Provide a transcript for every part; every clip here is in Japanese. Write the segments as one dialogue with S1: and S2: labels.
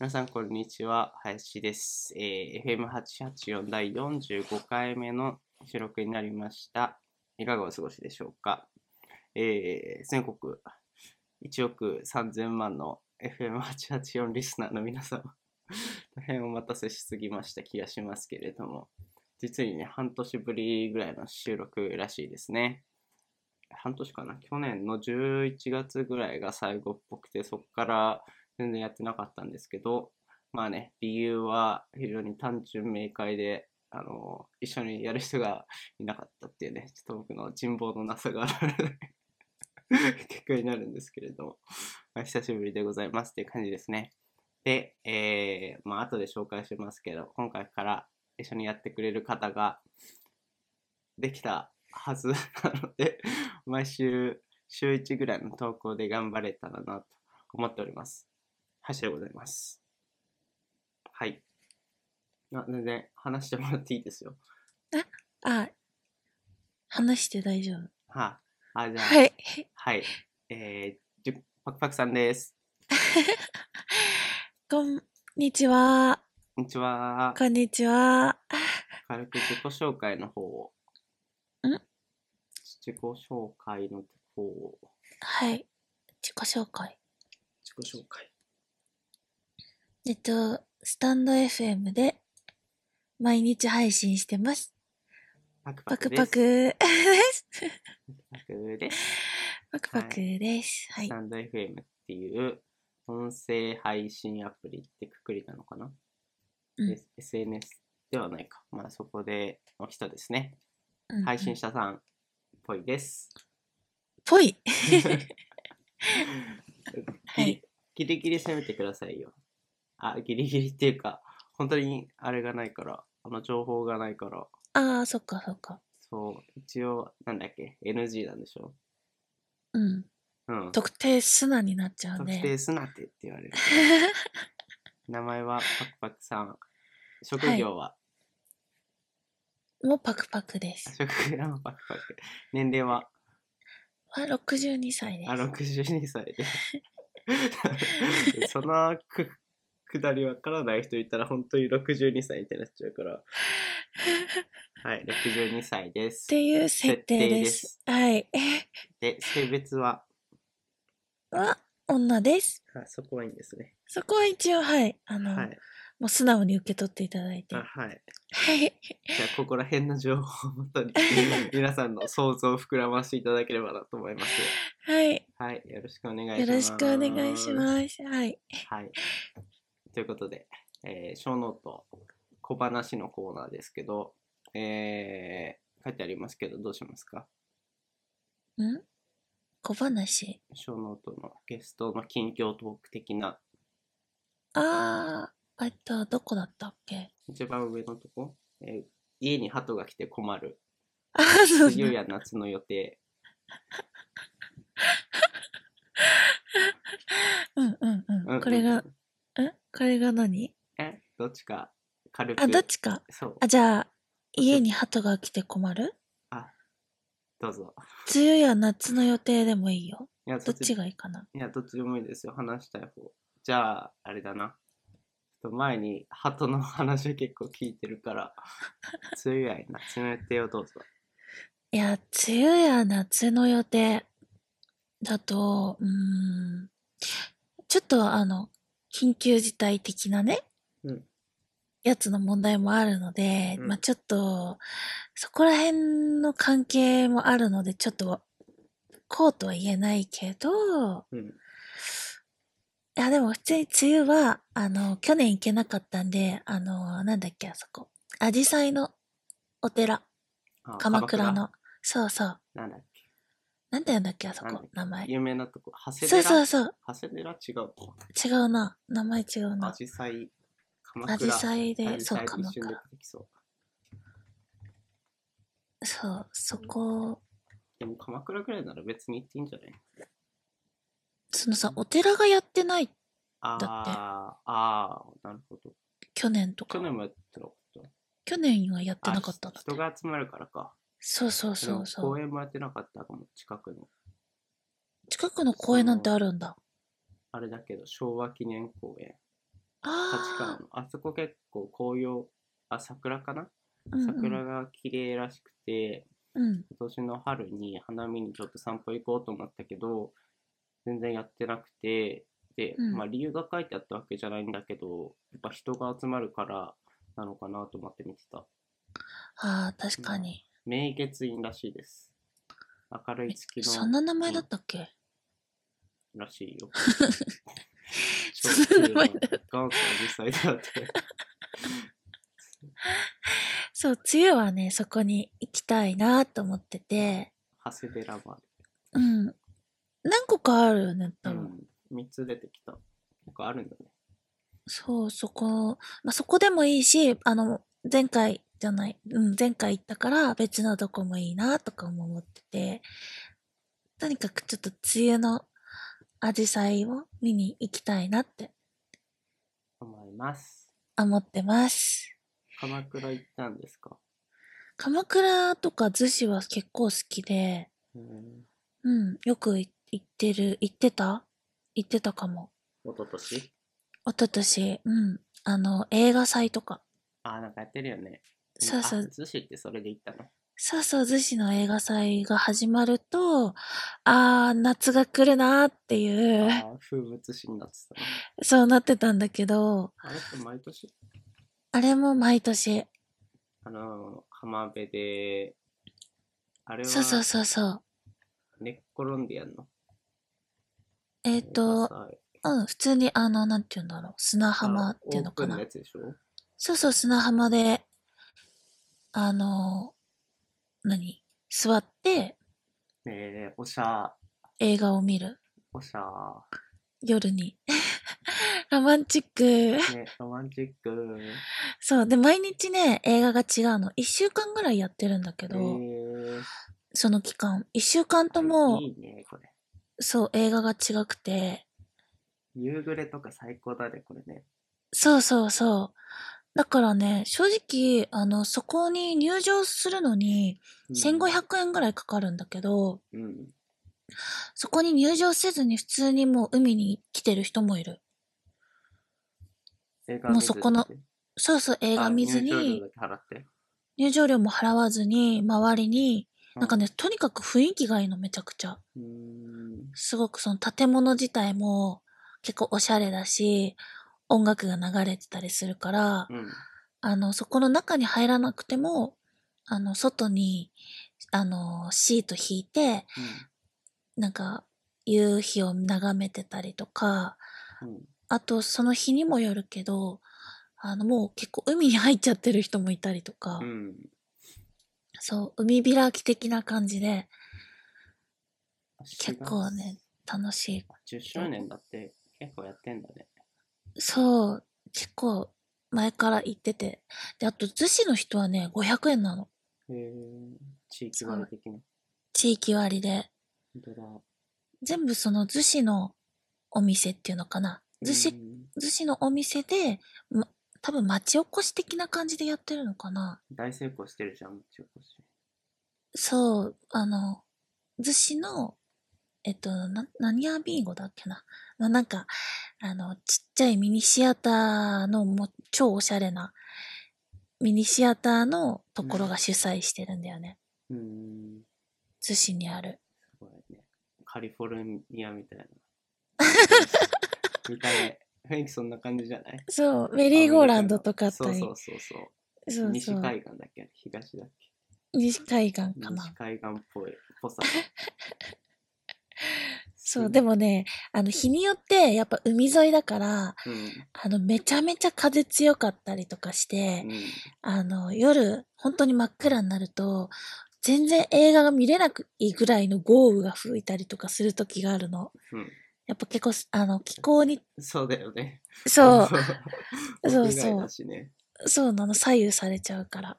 S1: 皆さん、こんにちは。林です。えー FM884 第45回目の収録になりました。いかがお過ごしでしょうか。えー全国1億3000万の FM884 リスナーの皆様、大変お待たせしすぎました気がしますけれども、実にね、半年ぶりぐらいの収録らしいですね。半年かな去年の11月ぐらいが最後っぽくて、そこから全然やってなかったんですけど、まあね、理由は非常に単純明快で、あの、一緒にやる人が いなかったっていうね、ちょっと僕の人望のなさが現れる 結果になるんですけれども、まあ久しぶりでございますっていう感じですね。で、えー、まあ後で紹介しますけど、今回から一緒にやってくれる方ができたはずな ので、毎週週1ぐらいの投稿で頑張れたらなと思っております。橋でございます。はい。あ全然話してもらっていいですよ。
S2: あ、話して大丈夫。
S1: はあ、あ、じゃあ、
S2: はい。
S1: はい。えー、じゅパクパクさんです。
S2: こんにちは。
S1: こんにちは。
S2: こんにちは。
S1: 軽く自己紹介の方を。
S2: ん
S1: 自己紹介の方を。
S2: はい。自己紹介。
S1: 自己紹介。
S2: えっと、スタンド FM で毎日配信してます。
S1: パクパ
S2: パ
S1: ク
S2: ク
S1: です。
S2: パクです。
S1: パクです。
S2: パクパクです。は
S1: ス
S2: い
S1: タ。ンド FM っていう音声配信アプリってくくりなのかな、
S2: うん
S1: で ?SNS ではないか。まあそこでの人ですね。
S2: うん
S1: 配信。者さんっぽいです。
S2: ぽい。
S1: ギ
S2: い
S1: リギリギリ攻めてくださいよ。あ、ギリギリっていうか、本当にあれがないから、あの情報がないから、
S2: ああ、そっかそっか。
S1: そう、一応、なんだっけ、NG なんでしょ
S2: うん。
S1: うん。
S2: 特定素直になっちゃう
S1: 特
S2: ね
S1: 定。すなってって言われる。名前はパクパクさん。職業は、
S2: もうパクパクです。
S1: 職業はパクパク。年齢は、
S2: は62歳です
S1: あ、。62歳 で。そのく、くだりわからない人いたら、本当に62歳ってなっちゃうから。はい、62歳で
S2: っ
S1: す。
S2: ていう設定です。はい。
S1: で、性別は、
S2: は、女です。
S1: あそこはいいんですね。
S2: そこは一応、はい。あの、
S1: はい。
S2: もう素直に受け取っていただいて。
S1: あ
S2: は
S1: はい。
S2: い。
S1: じゃあ、ここら辺の情報をも とに、皆さんの想像を膨らませていただければなと思います。
S2: はい。
S1: はい、よろしくお願いしま
S2: よ
S1: す。
S2: ろしくお願いし
S1: す。
S2: ます。はい。
S1: はい。ということで、えー、小ノート、小話のコーナーですけど、えー、書いてありますけど、どうしますか
S2: ん小話
S1: 小ノートのゲストの近況トーク的な、
S2: あー、えっと、どこだったっけ
S1: 一番上のとこ、えー家に鳩が来て困る、
S2: あー、そう
S1: 冬
S2: だ。
S1: や夏の予定、
S2: うんうん
S1: う
S2: うんん。これが、んこれが何
S1: えどっちか軽く
S2: あ、どっちか。
S1: そう
S2: あ、じゃあ、家に鳩が来て困る
S1: どうぞ
S2: 梅雨や夏の予定でもいいよ。
S1: いや
S2: どっち
S1: が
S2: がいいかない
S1: やどっちでもいいですよ話したい方じゃああれだなちょっと前に鳩の話を結構聞いてるから梅雨や夏の予定をどうぞ
S2: いや、梅雨や夏の予定だと、うーん、ちょっとあの、緊急事態的なね、
S1: うん
S2: やつの問題もあるので、
S1: うん
S2: まあちょっと、そこら辺の関係もあるので、ちょっと、こうとは言えないけど、
S1: うん
S2: いや、でも普通に梅雨は、あの、去年行けなかったんで、あの、なんだっけ、あそこ。アジサイのお寺、
S1: あ
S2: 鎌倉の。そうそう。
S1: なんだっけ
S2: なんて言うんだっけ、あそ
S1: なんだ
S2: こ
S1: っけ、
S2: 名前。
S1: 有名なとこ長谷
S2: そう
S1: 寺
S2: そうそう。
S1: 長谷寺違う
S2: 違うな。名前違う
S1: ア
S2: な。
S1: ジサイ鎌
S2: アジ
S1: 倉
S2: サイ
S1: ア
S2: で、
S1: ジ
S2: そ
S1: サイ
S2: う、
S1: で
S2: 鎌
S1: 一瞬で
S2: 倉。
S1: 出てきそう
S2: そう、そこ、
S1: でも鎌倉ぐらいなら別に行っていいんじゃない
S2: そのさ、お寺がやってない、
S1: あ
S2: て
S1: あああなるほど
S2: 去年とか
S1: 去。年もやってなかった
S2: 去年はやってなかった
S1: あ
S2: んだっ
S1: 人
S2: て。
S1: が集まるからか。
S2: そうそう
S1: で
S2: そ
S1: も
S2: うそ
S1: 公
S2: う。
S1: 園もやってなかったかも、近くの。
S2: 近くの公園なんてあるんだ。
S1: あれだけど、昭和記念公園。立川
S2: あ
S1: のあそこ結構紅葉あ桜かな
S2: あ、うんうん、
S1: 桜が綺麗らしくて
S2: うん。
S1: 今年の春に花見にちょっと散歩行こうと思ったけど全然やってなくてで、
S2: うん
S1: まあ理由が書いてあったわけじゃないんだけどやっぱ人が集まるからなのかなと思って見てた
S2: ああ、確かに。
S1: 明月院らしいです明るい月
S2: そんな
S1: の
S2: 名前だったっけ
S1: らし いよ
S2: そんな名前だ
S1: 元祖アジサイだって
S2: そう、梅雨はね、そこに行きたいなと思ってて、
S1: 長谷寺まで
S2: うん。何個かあるよね、
S1: う
S2: 多分。
S1: ん、3つ出てきた。結構あるんだね。
S2: そう、そこ、まあ、そこでもいいし、あの、前回じゃない、うん、前回行ったから別のとこもいいなとかも思ってて、とにかくちょっと梅雨の紫陽花を見に行きたいなって
S1: 思います。
S2: 思ってます。
S1: 鎌倉行ったんですか
S2: 鎌倉とか逗子は結構好きで、
S1: うん。
S2: うん、よくい行ってる、行ってた行ってたかも。
S1: おととし
S2: 一昨年、うん、あの、映画祭とか。
S1: あ、なんかやってるよね。
S2: そうそう
S1: あ逗子ってそれで行ったの。
S2: そうそう、逗子の映画祭が始まると、あー、夏が来るなーっていう、
S1: あー風物詩になってたの。
S2: そうなってたんだけど、
S1: あれって毎年
S2: あれも毎年、
S1: あの、浜辺で、あれ
S2: そうそう
S1: は
S2: そうそう、
S1: 寝っ転んでやんの。
S2: えっ、ー、と、
S1: はい
S2: うん、普通にあの、なんていうんだろう、砂浜っていうのか
S1: あオープンの
S2: な
S1: や。つでしょ
S2: そうそう、砂浜で、あの、何座って
S1: ねえ、おしゃ、
S2: 映画を見る。
S1: おしゃ、
S2: 夜に。 ロマンチック。
S1: ね、ロマンチック。
S2: そう。で、毎日ね、映画が違うの。一週間ぐらいやってるんだけ
S1: え
S2: ど、
S1: ー、
S2: その期間。一週間とも、
S1: いいね、これ。
S2: そう、映画が違くて。
S1: 夕暮れとか最高だね、これね。
S2: そうそうそう。だからね、正直、あの、そこに入場するのに、
S1: うん
S2: 1500円ぐらいかかるんだけど、
S1: うん。
S2: そこに入場せずに普通にもう海に来てる人もいる。
S1: 映画
S2: もうそこのそうそう、映画見ず
S1: あ入
S2: に
S1: 場、料だけ払って。
S2: 入場料も払わずに、周りに、
S1: うん
S2: なんかね、とにかく雰囲気がいいの、めちゃくちゃ。
S1: うーん。
S2: すごくその建物自体も結構おしゃれだし、音楽が流れてたりするから、
S1: うん。
S2: あの、そこの中に入らなくても、あの、外に、あの、シート引いて、なんか、夕日を眺めてたりとか、
S1: うん。
S2: あと、その日にもよるけど、あの、もう結構海に入っちゃってる人もいたりとか、
S1: うん。
S2: そう、海開き的な感じで、結構ね、楽しい。
S1: 4月。10周年だって結構やってんだね。
S2: そう、結構前から行ってて。で、あと、逗子の人はね、500円なの。
S1: へえ。地域割的な。
S2: 地域割で。
S1: 本当だ。
S2: 全部その逗子のお店っていうのかな。逗
S1: う
S2: 子、
S1: ん
S2: 逗子のお店で、ま、多分町おこし的な感じでやってるのかな。
S1: 大成功してるじゃん、地方市。
S2: そう、あの、逗子の、えっと、な、何アビーゴだっけな。のなんか、あの、ちっちゃいミニシアターの、もう、超おしゃれな、ミニシアターのところが主催してるんだよね。
S1: うーん。
S2: 逗子にある。
S1: すごいね。カリフォルニアみ たいな。見た目。雰囲気そんな感じじゃない
S2: そう、メリーゴーランドとかあった
S1: そう
S2: り。
S1: そうそうそう。
S2: そう
S1: 西
S2: そう
S1: 海岸だっけ東だっけ
S2: 西海岸かな
S1: 西。海岸っぽいぽさ
S2: そう、で
S1: も、
S2: もね、あの、日によって、やっぱ海沿いだから、
S1: うん
S2: あの、めちゃめちゃ風強かったりとかして、
S1: うん、
S2: あの、夜、本当に真っ暗になると、全然映画が見れなくいいぐらいの豪雨が吹いたりとかする時があるの。
S1: うん、
S2: やっぱ結構、あの、気候に、
S1: そうだよね
S2: そう
S1: そう
S2: そう
S1: そうだしね
S2: う、そうなの、左右されちゃうから。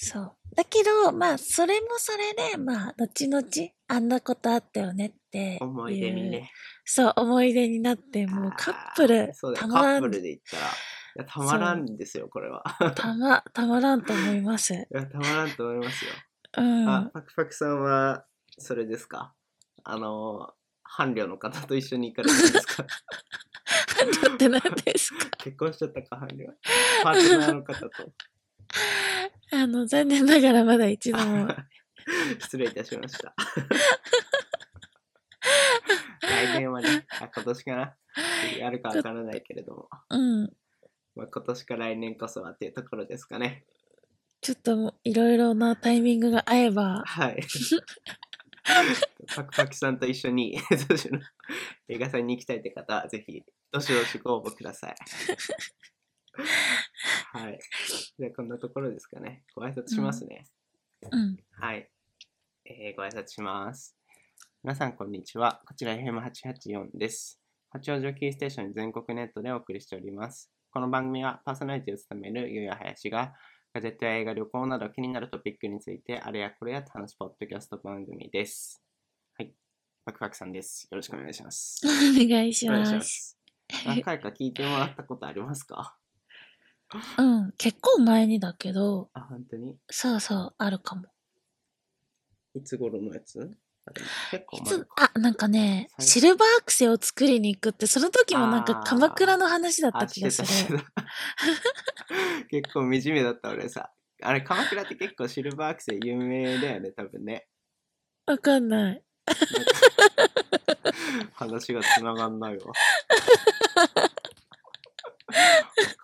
S2: そう。だけど、まあ、それもそれで、まあ、後々、あんなことあったよねってう。
S1: 思い出にね
S2: そう、思い出になって、もうカップル
S1: あーそう、だ
S2: た
S1: よ
S2: ま
S1: カ
S2: ら
S1: ップ
S2: ん、
S1: ルで行ったらいやたまらんですよこれは
S2: たま、たまらんと思います。
S1: いやたまらんと思いますよ、
S2: うん。
S1: あパクパクさんはそれですかあの伴侶の方と一緒に行かれたんですか
S2: 伴侶って何ですか
S1: 結婚しちゃったか、伴侶は。パートナーの方と。
S2: あの、残念ながらまだ一度も。
S1: 失礼いたしました。来年はね、あ今年かな。次あるかわからないけれども、
S2: うん。
S1: まあ、今年か来年こそはっていうところですかね。
S2: ちょっともういろいろなタイミングが合えば、
S1: はい。パクパクさんと一緒に私の映画祭に行きたいって方は、ぜひ、どしどしご応募ください。はい。じゃあ、こんなところですかね。ご挨拶しますね。
S2: うん。
S1: はい、えーご挨拶します。皆さん、こんにちは。こちら FM884 です。八王子をキーステーションに全国ネットでお送りしております。この番組はパーソナリティを務めるゆうやはやしが、ガジェットや映画、旅行など気になるトピックについて、あれやこれやと話すポッドキャスト番組です。はい。パクパクさんです。よろしくお願いします。
S2: お願いし
S1: お願いし
S2: ま。
S1: ますす。何回か聞いてもらったことありますか
S2: うん。結構前にだけど、
S1: あ、本当に
S2: そうそう、あるかも。
S1: いつ頃のやつあでも結構
S2: い
S1: 前
S2: つ
S1: か、
S2: あ、なんかね、
S1: 最
S2: シルバーアクセを作りに行くって、その時もなんか
S1: あー
S2: 鎌倉の話だった
S1: あ、し
S2: 気が
S1: て
S2: す
S1: たして
S2: る。
S1: た 結構惨めだった俺さあれ鎌倉って結構シルバーアクセ有名だよね多分ね
S2: わかんない。
S1: 話がつながんないわ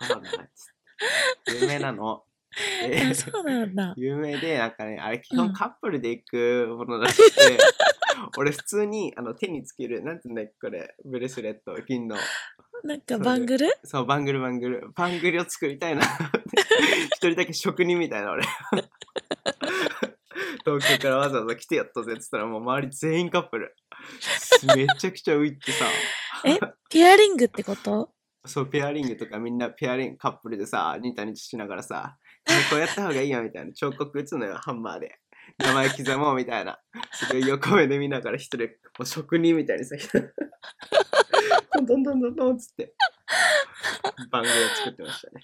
S1: わかんないっつって有名なので。
S2: あ、そうなんだ
S1: 有名でなんかねあれ基
S2: うん
S1: 本カップルで行くものらしくて、俺普通にあの手につけるなんてねこれブレスレット銀の
S2: なんかバングル
S1: そう、バングルバングル。バングルを作りたいな。一人だけ職人みたいな、俺。東京からわざわざ来てやったぜって言ったら、もう周り全員カップル。めちゃくちゃ浮いてさ、
S2: ピアリングってこと
S1: そう、ペアリングとかみんなペアリングカップルでさ、ニタニタしながらさ、ねこうやった方がいいよみたいな。彫刻打つのよ、ハンマーで。名前刻もうみたいな。すごい横目で見ながら一人、もう職人みたいにさ、 トントントントントンっつって、バングルを作ってましたね。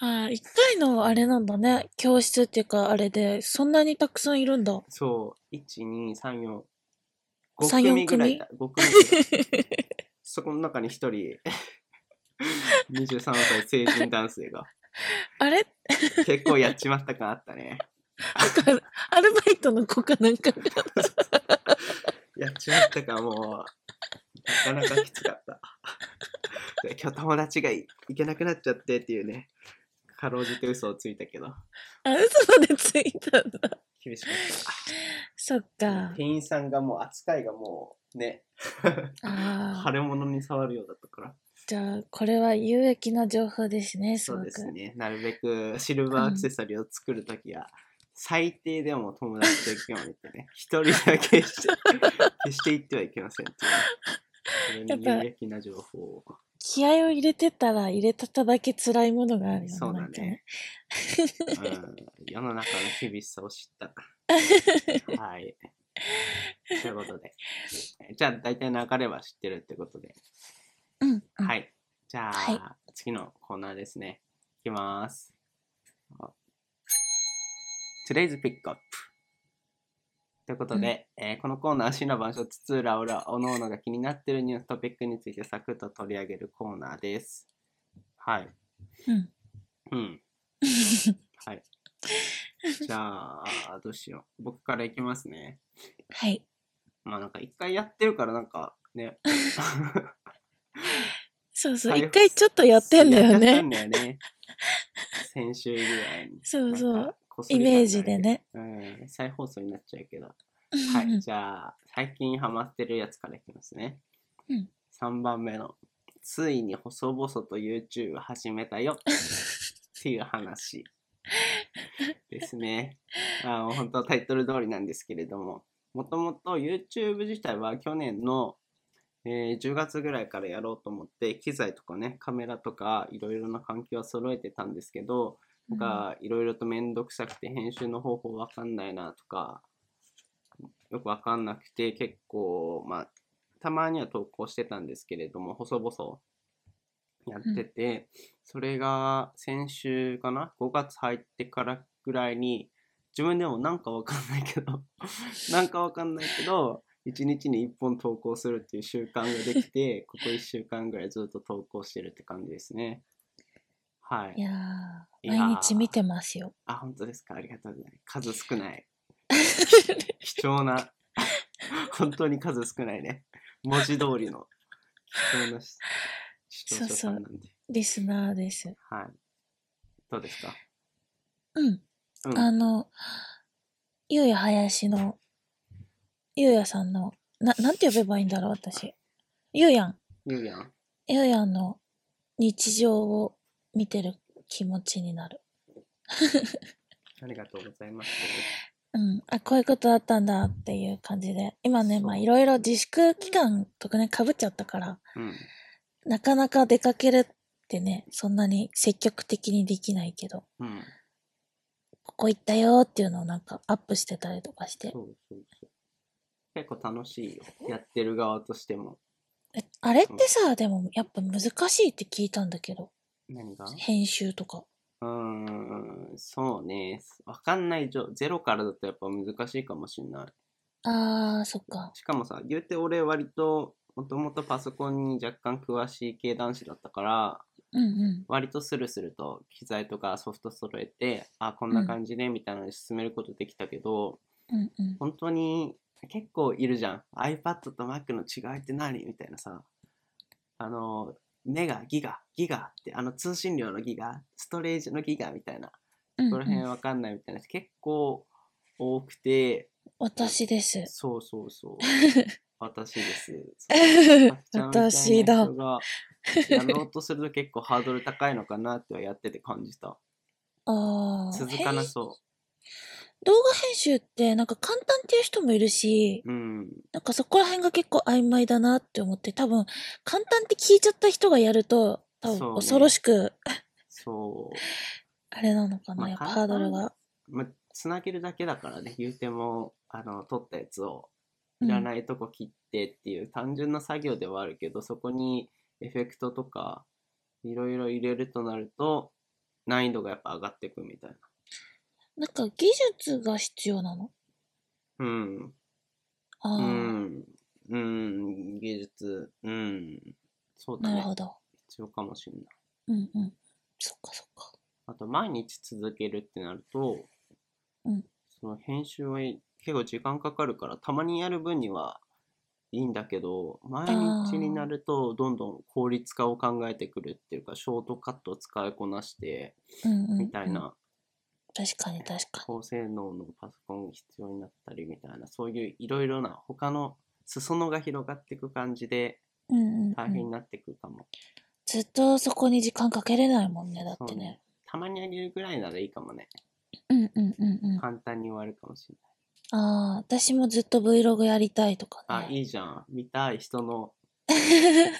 S2: あー一回のあれなんだね。教室っていうか、あれで、そんなにたくさんいるんだ。
S1: そう、1、2、3、4。
S2: 3
S1: 5組ぐらいいた。5組ぐらい。そこの中に1人、23歳成人男性が。
S2: あれ
S1: 結構やっちまった感あったね。
S2: アルバイトの子かなんかが。
S1: やっちまった感もう、なかなかきつかった。で今日友達がい行けなくなっちゃってっていうね、かろうじて嘘をついたけど、
S2: あ、嘘までついたんだ。
S1: 厳しかった。
S2: そっか。
S1: 店員さんがもう扱いがもうね、
S2: あ
S1: 腫
S2: あ。
S1: れ物に触るようだったから。
S2: じゃあ、これは有益な情報ですね、す
S1: そ
S2: ご
S1: う
S2: く
S1: で。すね。なるべくシルバーアクセサリーを作るときは、最低でも友達と行くようにってね、 一人だけして、決して行ってはいけませんっていうね。非常に有益な情報を。
S2: 気合を入れてたら入れたただけ辛いものがあるよね。
S1: そうだね
S2: なんかね
S1: うん、世の中の厳しさを知った。はい。ということで。じゃあ、大体流れは知ってるってことで。
S2: うん。。
S1: はいい。じゃあ、
S2: はい
S1: 次のコーナーですね。いきます。あ Today's Pickup ということで、えーこのコーナーは死の場所、つつらおら、おのおのが気になってるニューストピックについてサクッと取り上げるコーナーです。はい。
S2: うん。
S1: うん。はい。じゃあ、どうしよう。僕からいきますね。
S2: はい。
S1: まあなんか一回やってるからなんかね。
S2: そうそう。
S1: はい
S2: 一回ちょっとやってんだよ
S1: やっちゃった
S2: ね
S1: ん。だよね。先週ぐらいに。
S2: そうそう
S1: なんかこっそ
S2: イ
S1: り
S2: メージでね。
S1: うん。再放送になっちゃうけど。
S2: は
S1: はい。じゃあ、最近ハマってるやつからいきますね。
S2: うん
S1: 3番目の。ついに細々と YouTube 始めたよ。っていう話。ですね。あの本当タイトル通りなんですけれども、もともと YouTube 自体は去年の、えー10月ぐらいからやろうと思って、機材とかね、カメラとかいろいろな環境を揃えてたんですけど、なんかいろいろと面倒くさくて編集の方法わかんないなとか、よくわかんなくて、結構、まあ、たまには投稿してたんですけれども、細々やってて、それが先週かな ?5 月入ってから ぐらいに、自分でもなんかわかんないけど、なんかわかんないけど、 1日に1本投稿するっていう習慣ができてここ1週間ぐらいずっと投稿してるって感じですねはいい
S2: や
S1: い
S2: ー、
S1: やー
S2: 毎日見てますよ。
S1: あ本当ですかありがとうございます数少ない 貴重な 本当に数少ないね文字通りの貴重なし視聴者さんなんで
S2: リスナーです。
S1: はいどうですか
S2: うん。
S1: うん
S2: あの、ゆうや林の、ゆうやさんの、な、なんて呼べばいいんだろう、私。ゆうやん。
S1: ゆうやん
S2: ゆうやんの日常を見てる気持ちになる。
S1: ありがとうございます
S2: うん。あ、こういうことあったんだっていう感じで。今ね、
S1: そう
S2: まあ、いろいろ自粛期間とかね、被っちゃったから、
S1: うん
S2: なかなか出かけるってね、そんなに積極的にできないけど、
S1: うん
S2: ここ行ったよっていうのをなんかアップしてたりとかして
S1: そ。うそうそう結構楽しいよやってる側としても
S2: えあれってさ、でもやっぱ難しいって聞いたんだけど、
S1: 何が
S2: 編集とか。
S1: うーんそうねわかんないじょゼロからだとやっぱ難しいかもしんない
S2: あー、そっか。
S1: しかもさ言うて俺割ともともとパソコンに若干詳しい系男子だったから
S2: うんうん。
S1: 割とスルスルと機材とかソフト揃えてあこんな感じねみたいなので進めることできたけど、
S2: うんうん。
S1: 本当に結構いるじゃん iPad と Mac の違いって何みたいなさあのメガギガギガってあの通信量のギガストレージのギガみたいな
S2: うん
S1: この辺
S2: うん、
S1: わかんないみたいな人結構多くて
S2: 私です。
S1: そうそうそう私ですそうまきちゃんみたいな人がやろう
S2: 私だ
S1: とすると結構ハードル高いのかなってはやってて感じた
S2: あー。
S1: 続かな
S2: 編
S1: そ
S2: 動画編集ってなんか簡単っていう人もいるし、
S1: ううん
S2: なんかそこら辺が結構曖昧だなって思って、多分、簡単って聞いちゃった人がやると、多
S1: そう
S2: 分
S1: ね
S2: 恐ろしく、
S1: そう
S2: あれなのか
S1: ま
S2: な、
S1: あ
S2: やっぱハー
S1: 簡単
S2: ドルが。
S1: まあ、つなげるだけだからね言うてもあの取ったやつを
S2: うん
S1: いらないとこ切ってっていう単純な作業ではあるけど、そこにエフェクトとかいろいろ入れるとなると難易度がやっぱ上がっていくみたいな
S2: なんか技術が必要なの
S1: うん
S2: あ
S1: う
S2: あ、
S1: んうん技術うんそうだ
S2: なる
S1: ね
S2: ほど。
S1: 必要かもしれない
S2: うんうん。そっかそっか。
S1: あと毎日続けるってなると、
S2: うん
S1: その編集は結構時間かかるからたまにやる分にはいいんだけど毎日になるとどんどん効率化を考えてくるっていうかショートカットを使いこなして
S2: うんうん、うん。
S1: みたいな
S2: 確かに確かに。
S1: 高性能のパソコンが必要になったりみたいなそういういろいろな他の裾野が広がっていく感じで
S2: うんうん、
S1: 大変
S2: うん。
S1: になってくるかも、
S2: ずっとそこに時間かけれないもんね、だって
S1: そう
S2: ね
S1: ね。たまにやるぐらいならいいかもね
S2: うんうんうんうん。あ
S1: 簡単に終わるかもしれない
S2: あー、私もずっと Vlog やりたいとか
S1: あ、
S2: ね。
S1: いいじゃん。見たい人 の。結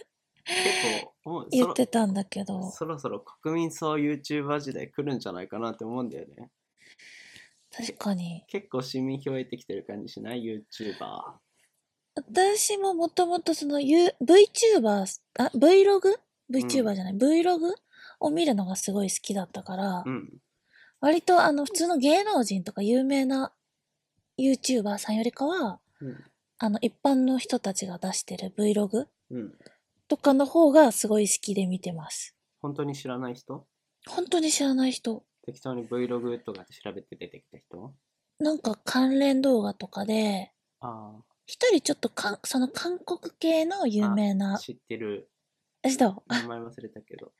S1: 構、もうそ
S2: 言っ
S1: ろ
S2: てたんだけど、
S1: そろそろ国民総 YouTuber 時代来るんじゃないかなって思うんだよね。
S2: 確かに。
S1: 結構市民票得てきてる感じしない ?YouTuber。
S2: 私ももともとその、ゆ VTuber、あ、Vlog?VTuber じゃない、Vlog? を見るのがすごい好きだったから、
S1: うん。
S2: 割とあの普通の芸能人とか有名な YouTuber さんよりかは、
S1: うん
S2: あの一般の人たちが出してる Vlog
S1: うん。
S2: とかの方がすごい好きで見てます。
S1: 本当に知らない人
S2: 本当に知らない人。
S1: 適当に Vlog とかで調べて出てきた人
S2: なんか関連動画とかで、
S1: あ
S2: 一人ちょっとかんその韓国系の有名
S1: あ、
S2: な、
S1: 知ってる。
S2: えそう
S1: 名前忘れたけど。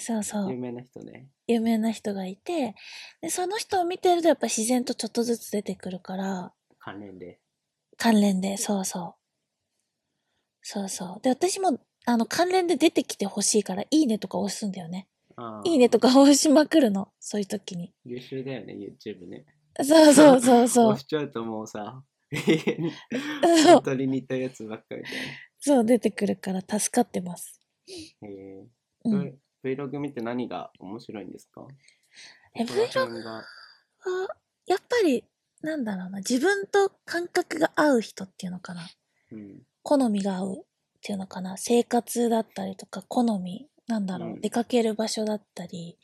S2: そうそ
S1: 有
S2: う、
S1: 名な人ね。
S2: 有名な人がいて、でその人を見てるとやっぱ自然とちょっとずつ出てくるから、
S1: 関連で。
S2: 関連で、そうそう。そうそう。で、私も、あの、関連で出てきてほしいから、いいねとか押すんだよね。
S1: ああ
S2: いいねとか押しまくるの。そういう時に。
S1: 優秀だよね、YouTube ね。
S2: そうそうそうそう
S1: 押。しちゃうともう さ、永遠に
S2: そ
S1: 本
S2: う、
S1: 当に似たやつばっかみたいな。
S2: そう出てくるから助かってます。
S1: えー
S2: うん。
S1: V- Vlog 見て何が面白いんですか
S2: え
S1: この辺が
S2: あやっぱり、なんだろうな。自分と感覚が合う人っていうのかな。
S1: うん、
S2: 好みが合うっていうのかな生活だったりとか好みなんだろう、
S1: うん
S2: 出かける場所だったり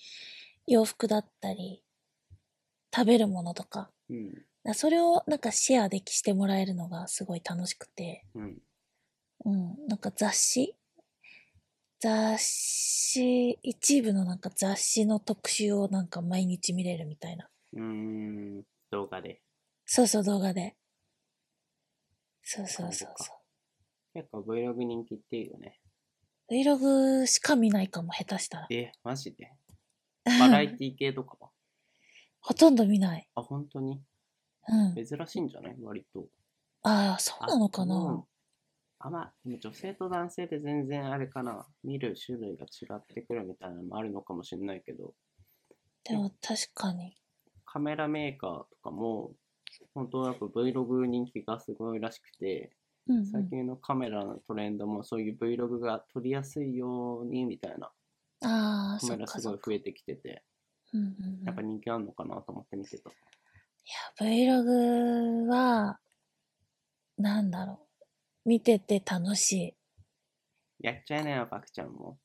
S2: 洋服だったり食べるものとか
S1: うん、
S2: らそれをなんかシェアできしてもらえるのがすごい楽しくて、
S1: うん。
S2: うん、なんか雑誌雑誌、一部のなんか雑誌の特集をなんか毎日見れるみたいな。
S1: うーん。動画で。
S2: そうそう、動画で。そうそうそ
S1: そ
S2: う
S1: う
S2: そ
S1: 結構 Vlog 人気っていうよね。
S2: う。Vlog しか見ないかも、下手したら。
S1: え、マジで バラエティ系とかは
S2: ほとんど見ない。
S1: あ、本当に
S2: うん。
S1: 珍しいんじゃない割と。
S2: ああ、そうなのか
S1: あうん
S2: な。
S1: あ、まあ、でも女性と男性で全然あれかな。見る種類が違ってくるみたいなのもあるのかもしれないけど、
S2: でも確かに。
S1: カメラメーカーとかも、本当やっぱ Vlog 人気がすごいらしくて、
S2: うん、う。
S1: 最近のカメラのトレンドもそういう Vlog が撮りやすいようにみたいなん
S2: ああ、
S1: カ
S2: そ
S1: メ
S2: っ
S1: ラ
S2: か
S1: す
S2: そ
S1: ご
S2: っ
S1: い
S2: か。
S1: 増えてきてて、
S2: うんうんうん、
S1: やっぱ人気あるのかなと思って見てた。
S2: いや、Vlog は、なんだろう。見てて楽しい。
S1: やっちゃいなよ、パクちゃん も。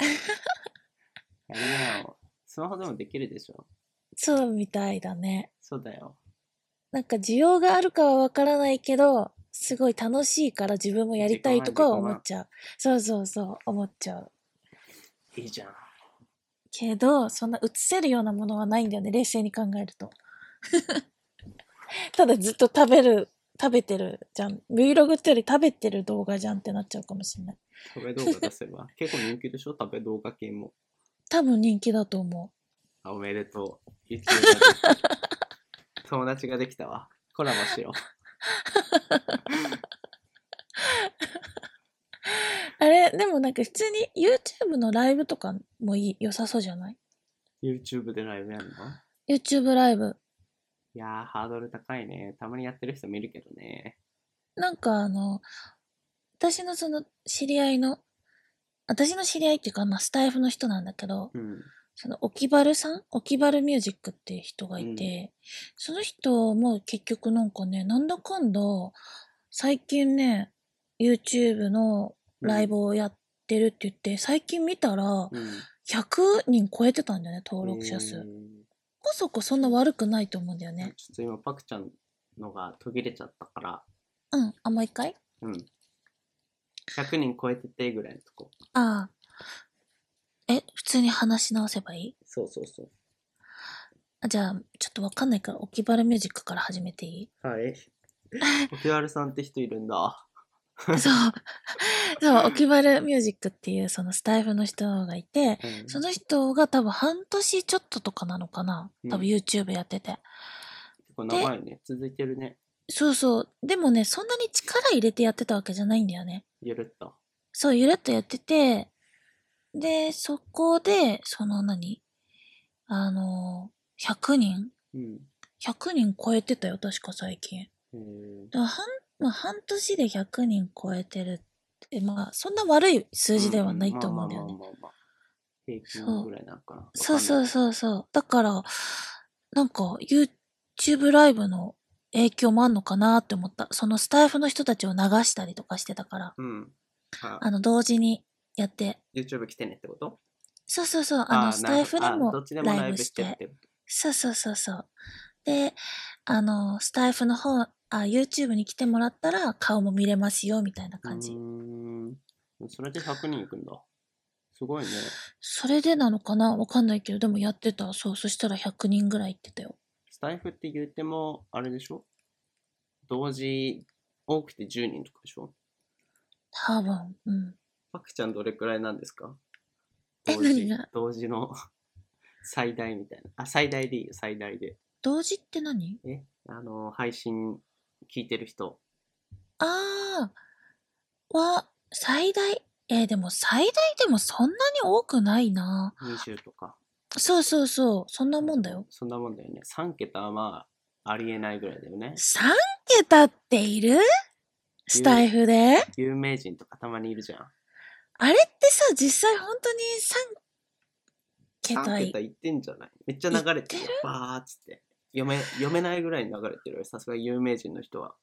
S1: やりなよ。スマホでもできるでしょ。
S2: そうみたいだね。
S1: そうだよ。
S2: なんか需要があるかはわからないけど、すごい楽しいから自分もやりたいとかは思っちゃう。そうそうそう、思っちゃう。
S1: いいじゃん。
S2: けど、そんな映せるようなものはないんだよね、冷静に考えると。ただずっと食べる、食べてるじゃん。Vlog ってより食べてる動画じゃんってなっちゃうかもしれない。
S1: 食べ動画出せ ば。結構人気でしょ食べ動画系も。
S2: 多分人気だと思
S1: あおめで とう。YouTuber 友達ができたわ。コラボしよ。
S2: う。あれ、でもなんか普通に YouTube のライブとかもいい、良さそうじゃないう
S1: YouTube でライブやるの
S2: ?YouTube ライブ。
S1: いやー、ハードル高いね。たまにやってる人見るけどね。
S2: なんかあの、私のその知り合いの、私の知り合いっていうか、まあスタイフの人なんだけど、
S1: うん。
S2: そのオキバルさんオキバルミュージックっていう人がいて、その人も結局なんかね、なんだかんだ、最近ね、YouTube のライブをやってるって言って、最近見たら
S1: うん、うん。
S2: 100人超えてたんだよね、登録者
S1: え
S2: 数。
S1: ー
S2: こそこそんな悪くないと思うんだよね。
S1: ちょっと今、パクちゃんのが途切れちゃったから、
S2: うん、あ、もう一回
S1: うん。100人超えててぐらいのとこ。
S2: ああ。え、普通に話し直せばいい
S1: そうそうそ
S2: あじゃあ、ちょっとわかんないから、オキバルミュージックから始めていい
S1: う。 はい。オキュアルさんって人いるんだ。
S2: そう。そう、オキバルミュージックっていう、そのスタイフの人がいて、
S1: うん
S2: その人が多分半年ちょっととかなのかな多
S1: う
S2: 分 YouTube やってて。
S1: 結構長いね。続いてるね。
S2: そうそう。でもね、そんなに力入れてやってたわけじゃないんだよね。
S1: ゆるっと。
S2: そう、ゆるっとやってて、で、そこで、その何あの、100人
S1: うん。
S2: ?100 人超えてたよ、確か最近。
S1: えー
S2: だから半まあ、半年で100人超えてるって、まあ、そんな悪い数字ではないと思うんだよね。
S1: まあまあまあまあまあ平均ぐらいなんかな。
S2: そうそう
S1: う。
S2: そうそう。だから、なんか、YouTube ライブの影響もあんのかなって思った。そのスタイフの人たちを流したりとかしてたから、
S1: うん。あ
S2: あの、同時にやって、
S1: YouTube 来てねってこと
S2: そうそうそう、あの、
S1: ー
S2: スタイフで
S1: なるほどあーど
S2: も
S1: っちでも
S2: ラ
S1: ラ
S2: イ
S1: イブ
S2: ブし、
S1: してっててこ
S2: そうそうそうそう。で、あの、スタイフの方、あ、YouTube に来てもらったら顔も見れますよ、みたいな
S1: と。
S2: 感じ。
S1: うーん。それで100人いくんだ。すごいね。
S2: それでなのかなわかんないけど、でもやってた。そう、そしたら100人ぐらい行ってたよ。
S1: スタイフって言っても、あれでしょ同時、多くて10人とかでしょ
S2: 多分、うん。
S1: パクちゃんどれくらいなんですか
S2: え
S1: 同時
S2: 何が
S1: 同時の 最大みたいな。あ、最大でいいよ、最大で。
S2: 同時って何
S1: え、あの、配信聞いてる人。
S2: あー、は、最大。えーでも最大でもそんなに多くないな。
S1: 20とか。
S2: そうそうそう、そんなもんだよ。
S1: そんなもんだよね。3桁はまあ、ありえないぐらいだよね。
S2: 3桁っているスタイフで
S1: 有名人とかたまにいるじゃん。
S2: あれってさ、実際本当に
S1: 3
S2: 3桁い
S1: 桁いってんじゃないめっちゃ流れてる
S2: い
S1: よ
S2: って。
S1: バーっつって。読め、読めないぐらいに流れてるよ。さすが有名人の人は。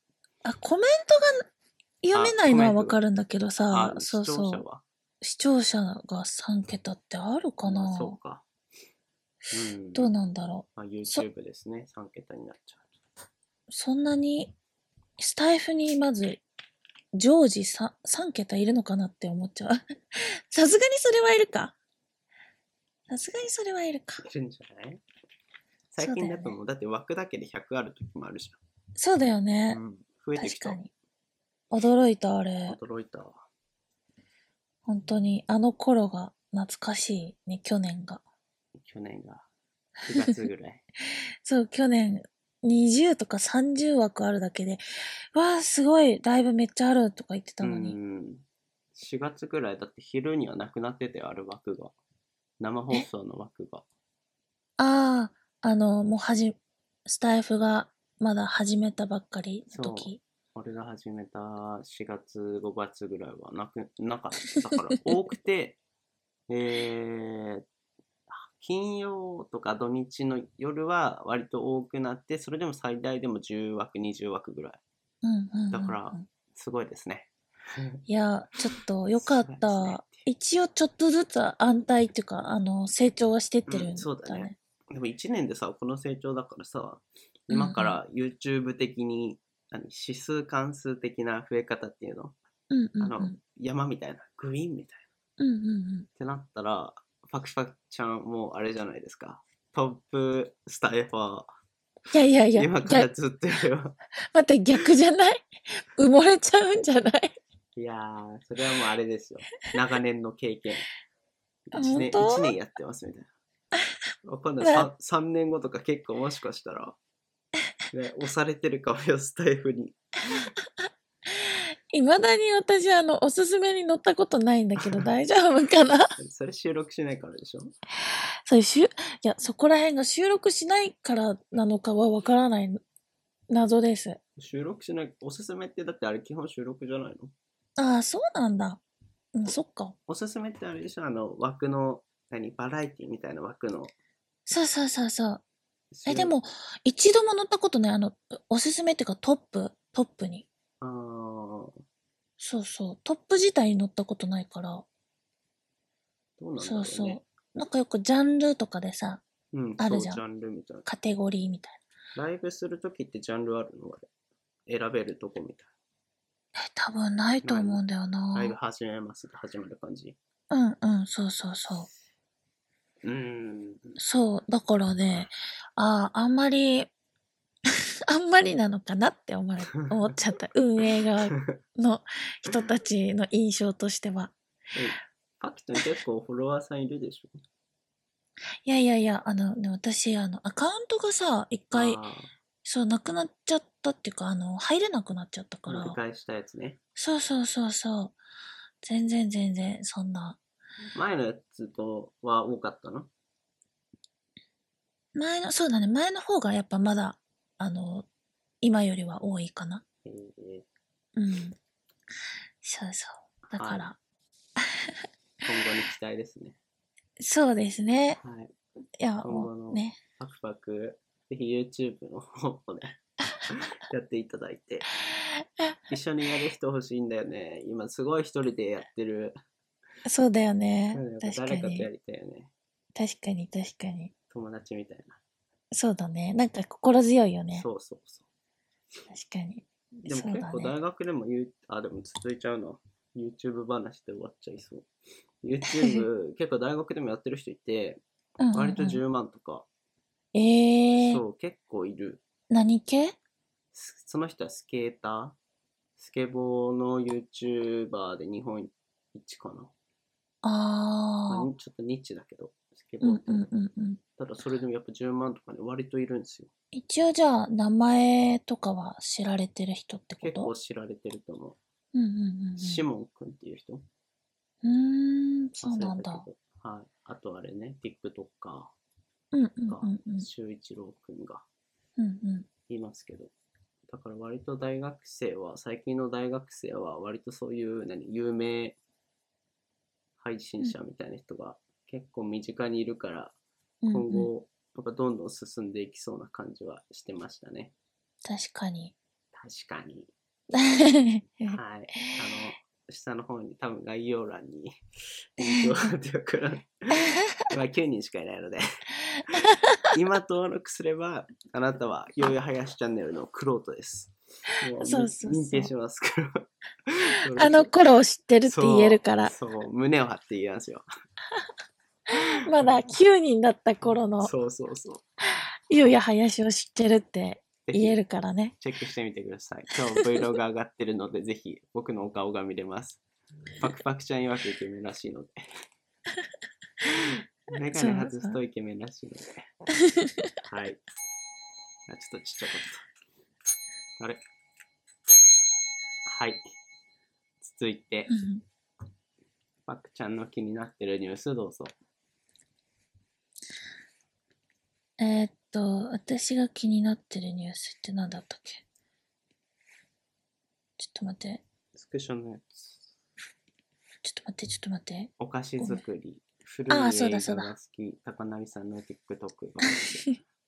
S2: あ、コメントが読めないのはわかるんだけどさ
S1: あ、、
S2: そう
S1: 視
S2: そ
S1: 聴
S2: う
S1: 者。は。
S2: 視聴者が3桁ってあるかな、
S1: そうか。うん。
S2: どうなんだろ
S1: まあ、YouTube ですね。3桁になっちゃう。
S2: そんなに、スタイフにまず、常時 3, 3桁いるのかなって思っちゃう。 さすがにそれはいるか。さすがにそれはいるか。
S1: いるんじゃない最近だともう、だって枠だけで100ある時もあるじ
S2: そうだよ
S1: ゃ
S2: ね
S1: ん。。うん、増えてきた
S2: 確か。に。驚いた、あれ。
S1: 驚いたわ。
S2: 本当に、あの頃が懐かしいね、去年が。
S1: 去年が。9月ぐら い。
S2: そう、去年、20とか30枠あるだけで、わあ、すごい、ライブめっちゃあるとか言ってたの
S1: う
S2: に。
S1: ん。4月ぐらいだって昼にはなくなっててある枠が。生放送の枠が。
S2: ああ、あの、もうはじ、スタイフがまだ始めたばっかりの時。
S1: 俺が始めた4月、5月ぐらいはなく、なかった。だから多く て、えー、金曜とか土日の夜は割と多くなって、それでも最大でも10枠、20枠ぐらい。
S2: うんうんうんうん
S1: だからすごいです ね。
S2: いや、ちょっとよかっ
S1: 素晴らしいね
S2: た。一応ちょっとずつ安泰っていうか、あの、成長はしてってるんだね。
S1: うんそうだねでも1年でさ、この成長だからさ、今から YouTube 的に、何指数関数的な増え方っていうの
S2: うんうんうん。
S1: あの山みたいな、グイーンみたいな。
S2: うんうんうん。
S1: ってなったら、パクパクちゃんもあれじゃないですか。トップスタイファ
S2: いやいやい
S1: ー。
S2: や、
S1: 今から
S2: 逆
S1: ずっとやるよ。
S2: 待って、逆じゃない 埋もれちゃうんじゃない
S1: いやー、それはもうあれですよ。長年の経験。
S2: あ
S1: 1年
S2: 本当
S1: 一年やってますみたいな。わかんない。3, 三年後とか結構もしかしたら、ね、押されてるかもよ、スタイフに。
S2: いまだに私、あの、おすすめに乗ったことないんだ けど、大丈夫かな
S1: それ収録しないからでしょ
S2: それ、しゅ、いや、そこら辺が収録しないからなのかはわからない謎です。
S1: 収録しない。おすすめってだってあれ基本収録じゃないの
S2: ああ、そうなんだ。うん、そっか。
S1: おすすめってあれでしょあの枠の、何バラエティみたいな枠の。
S2: そうそうそうそう。え、でも、一度も乗ったことない。あの、おすすめっていうかトップ、トップに。
S1: あー
S2: そうそう。トップ自体に乗ったことないから。
S1: どうなんだろう、
S2: そ
S1: ね、
S2: うそう。なんかよくジャンルとかでさ、
S1: うん、
S2: あるじゃん
S1: そうジャンルみたい
S2: カテゴリーみたい
S1: な。ライブするときってジャンルあるのあれ選べるとこみたい
S2: な。え、多分ないと思うんだよな
S1: な。。ライブ始めますって始まる感じ。
S2: うんうん、そうそうそう。
S1: うーん。
S2: そう、だからね、ああ、あんまり、 あんまりなのかなって思われ思っち ゃった。運営側の人たちの印象としては。
S1: えパキトン結構フォロワーさんいるでしょ
S2: いやいやいや、あのね、私、あの、アカウントがさ、一回、
S1: あ
S2: そう、なくなっちゃったっていうか、あの、入れなくなっちゃったか
S1: ー繰り
S2: ら。
S1: 返したやつね。
S2: そうそうそうそう。全然全然、そんな。
S1: 前のやつとは多かったの
S2: 前の、そうだね、前の方がやっぱまだ、あの、今よりは多いかな。
S1: えー
S2: うん。そうそう。だから、
S1: 今後に期待ですね。
S2: そうですね。
S1: はい。
S2: いや、
S1: 今後
S2: も
S1: の
S2: うね。
S1: パクパク、ぜひ YouTube の方も ね、やっていただいて。一緒にやる人欲しいんだよね。今すごい一人でやってる。
S2: そうだよね
S1: うん。
S2: 確か
S1: 誰かとや
S2: に。
S1: りたいよね。
S2: 確かに、確かに。
S1: 友達みたい
S2: そうだね。なんか心強いよ
S1: な。
S2: ね。
S1: そうそうそ
S2: 確かに。
S1: う。でも
S2: そうだね
S1: 結構大学でも言う、あ、でも続いちゃうの。YouTube 話で終わっちゃいそう。YouTube 結構大学でもやってる人いて、
S2: うんうんうん
S1: 割と10万とか。
S2: ええ
S1: そう、結構いる。
S2: 何系
S1: すその人はスケータースケボーの YouTuber で日本一かな。まあ
S2: ああ。
S1: ちょっとニッチだけど、スケ
S2: う
S1: ボー
S2: ん
S1: って。
S2: うんうんうん。
S1: ただそれでもやっぱ10万とかね、割といるんですよ。
S2: 一応じゃあ、名前とかは知られてる人ってこ
S1: 結構
S2: と
S1: 知られてると思う。
S2: うんうんうんうん。
S1: シモンくんっていう人
S2: うーん、そうなんだ
S1: 忘。れたけどはい。あとあれね、TikToker、
S2: うんうんうんうん。
S1: 周一郎くんが
S2: うんうん。
S1: いますけど。だから割と大学生は、最近の大学生は割とそういう、何、有名配信者みたいな人が結構身近にいるから、
S2: うん
S1: 今
S2: うん、
S1: 後、やっぱどんどん進んでいきそうな感じはしてましたね。
S2: 確かに。
S1: 確かに。はい。 あの、下の方に多分概要欄にリンクを貼っておくのでまあ9人しかいないので今登録すればあなたはようやはやしチャンネルのクロートですも
S2: そうそうそう
S1: 認定しますクロート
S2: あの頃を知ってるって言えるから、
S1: そうそう胸を張って言えますよ
S2: まだ9人だった頃の
S1: そうそうそう
S2: ゆうや林を知ってるって
S1: ぜひ
S2: 言えるからね。
S1: チェックしてみてください。今日 Vlog が上がってるので、ぜひ僕のお顔が見れます。パクパクちゃん曰くイケメンらしいので。メガネ外すとイケメンらしいので。はい。あちょっとちっちゃかった。あれはい。続いて
S2: う、ん
S1: パクちゃんの気になってるニュースどうぞ。
S2: えーっと、私が気になってるニュースって何だったっけちょっと待って、
S1: スクショのやつ。
S2: ちょっと待って、ちょっと待って。
S1: お菓子作り。古い
S2: あーそう
S1: 映
S2: だ
S1: 画
S2: そうだ
S1: が好き。高成さんの TikTok が。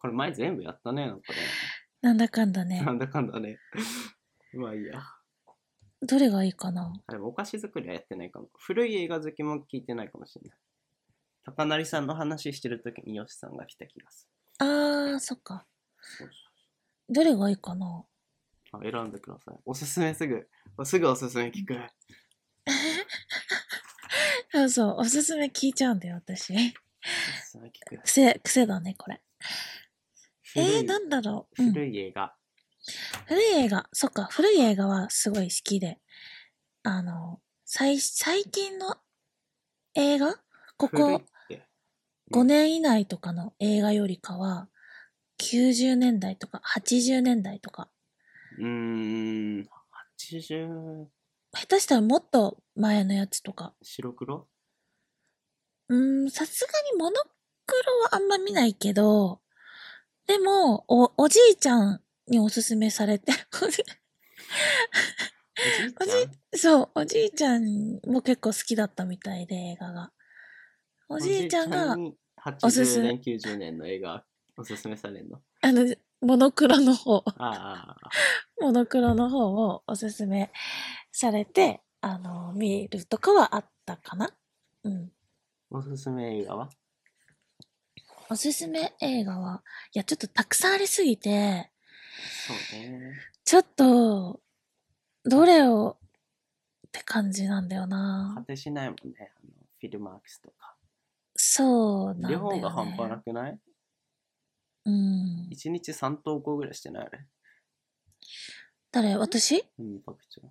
S1: これ前全部やったね、なんかね。
S2: なんだかんだね
S1: な。んだかんだね。まあいいや。
S2: どれがいいかな
S1: あでもお菓子作りはやってないかも。古い映画好きも聞いてないかもしれない。高成さんの話してるときによしさんが来た気がす
S2: あー、そっか。
S1: る。
S2: どれがいいかな
S1: あ選んでください。おすすめすぐ。すぐおすすめ聞く。
S2: そうそう、おすすめ聞いちゃうんだよ、私。
S1: おすすめ聞く。
S2: 癖、癖だね、これ。え
S1: 古
S2: ー、
S1: い
S2: なんだろう、うん。
S1: 古い映画。
S2: 古い映画、そっか、古い映画はすごい好きで、あの、最、最近の映画こ
S1: 古いっ
S2: こ
S1: て。うん
S2: 5年以内とかの映画よりかは、90年代とか80年代とか、
S1: うーん。80
S2: 下手したらもっと前のやつとか、
S1: 白黒
S2: うーん、さすがにモノクロはあんま見ないけど、でも、お、おじいちゃんにおすすめされて、
S1: おじいちゃん
S2: そう、おじいちゃんも結構好きだったみたいで、映画が。おじいちゃんが、
S1: に
S2: おすす
S1: 80
S2: め
S1: 年、90年の映画おすすめされるの。
S2: あの、モノクロの方、
S1: あ あああ。
S2: モノクロの方をおすすめされて、あの、見るとかはあったかなうん。
S1: おすすめ映画は
S2: おすすめ映画は、いや、ちょっとたくさんありすぎて、
S1: そうね。
S2: ちょっと、どれを、って感じなんだよ
S1: 果
S2: な。
S1: てしないもんね。あのフィルマークスとか。
S2: そうなんだ
S1: 日
S2: よ、ね。
S1: 本が半端なくない
S2: うん。
S1: ?1 日3投稿ぐらいしてないよね。
S2: 誰私
S1: うん、パクチョン。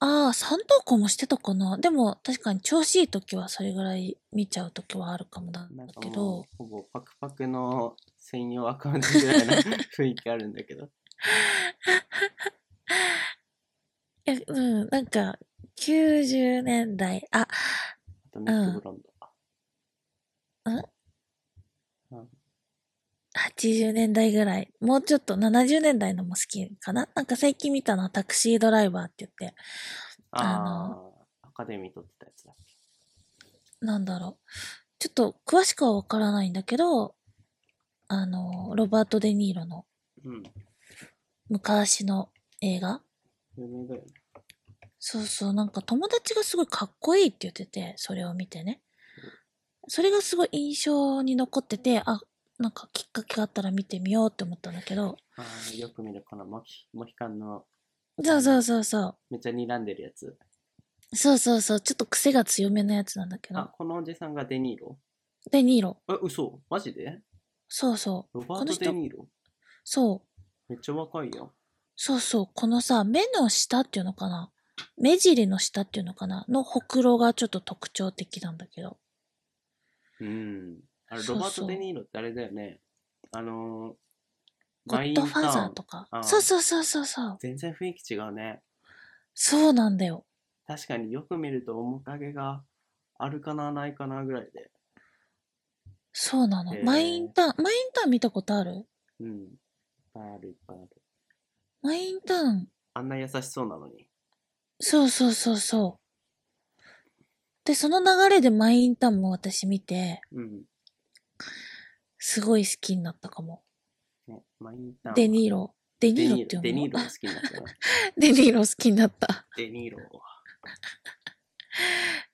S2: ああ、三投稿もしてたかな。でも、確かに調子いい時はそれぐらい見ちゃう時はあるかもだ
S1: なんか
S2: け
S1: もう
S2: ど、、
S1: ほぼパクパクの専用アカウントぐ らいの雰囲気あるんだけど。
S2: いや、うん、なんか、90年代、あ、
S1: あと、ミックブロンド。
S2: うん80年代ぐらい、もうちょっと70年代のも好きかな。なんか最近見たのはタクシードライバーって言って、あ
S1: ああ、アカデミー撮ってたやつだ。
S2: なんだろう。ちょっと詳しくはわからないんだけど、あの、ロバート・デ・ニーロの
S1: うん。
S2: 昔の映画
S1: 有名だよね。
S2: そうそう、なんか友達がすごいかっこいいって言ってて、それを見てね。それがすごい印象に残ってて、あ、なんかきっかけがあったら見てみようって思ったんだけど、
S1: ああ、よく見るこのモヒモヒカンの
S2: そうそうそうそ
S1: めっちゃ睨んでるやつ。
S2: う。そうそうそう、ちょっと癖が強めのやつなんだけ
S1: あ、
S2: ど。
S1: このおじさんがデニーロ
S2: デニーロ。
S1: え、嘘マジで
S2: そうそ
S1: ロバ
S2: こ
S1: ー
S2: の
S1: ト・
S2: 人
S1: デニーロ
S2: う。そう。
S1: めっちゃ若いよ。
S2: そうそう。このさ、目の下っていうのかな目尻の下っていうのかなのほくろがちょっと特徴的なんだけど。
S1: うん。あれ、
S2: そうそう
S1: ロバート・デ・ニーロってあれだよね。あのー、
S2: ゴッドファーザーと
S1: か。あ。
S2: か
S1: あ
S2: そうそうそうそうそう。
S1: 全然雰囲気違うね。
S2: そうなんだよ。
S1: 確かによく見ると面影があるかな、ないかなぐらいで。
S2: そうなの
S1: へ。ー
S2: マインターン、マインターン見たことある
S1: うん。いっぱいある、いっぱいある。
S2: マインターン。
S1: あんな優しそうなのに。
S2: そうそうそうそう。で、その流れでマインターンも私見て、
S1: うん。
S2: すごい好きになったかも。
S1: ね、マインターン。
S2: デニーロ。デニーロって
S1: デ
S2: いう
S1: ニ
S2: の
S1: ーロデニーロ好きになったな。
S2: デニー
S1: デニー
S2: ロ好きになった。
S1: ロ。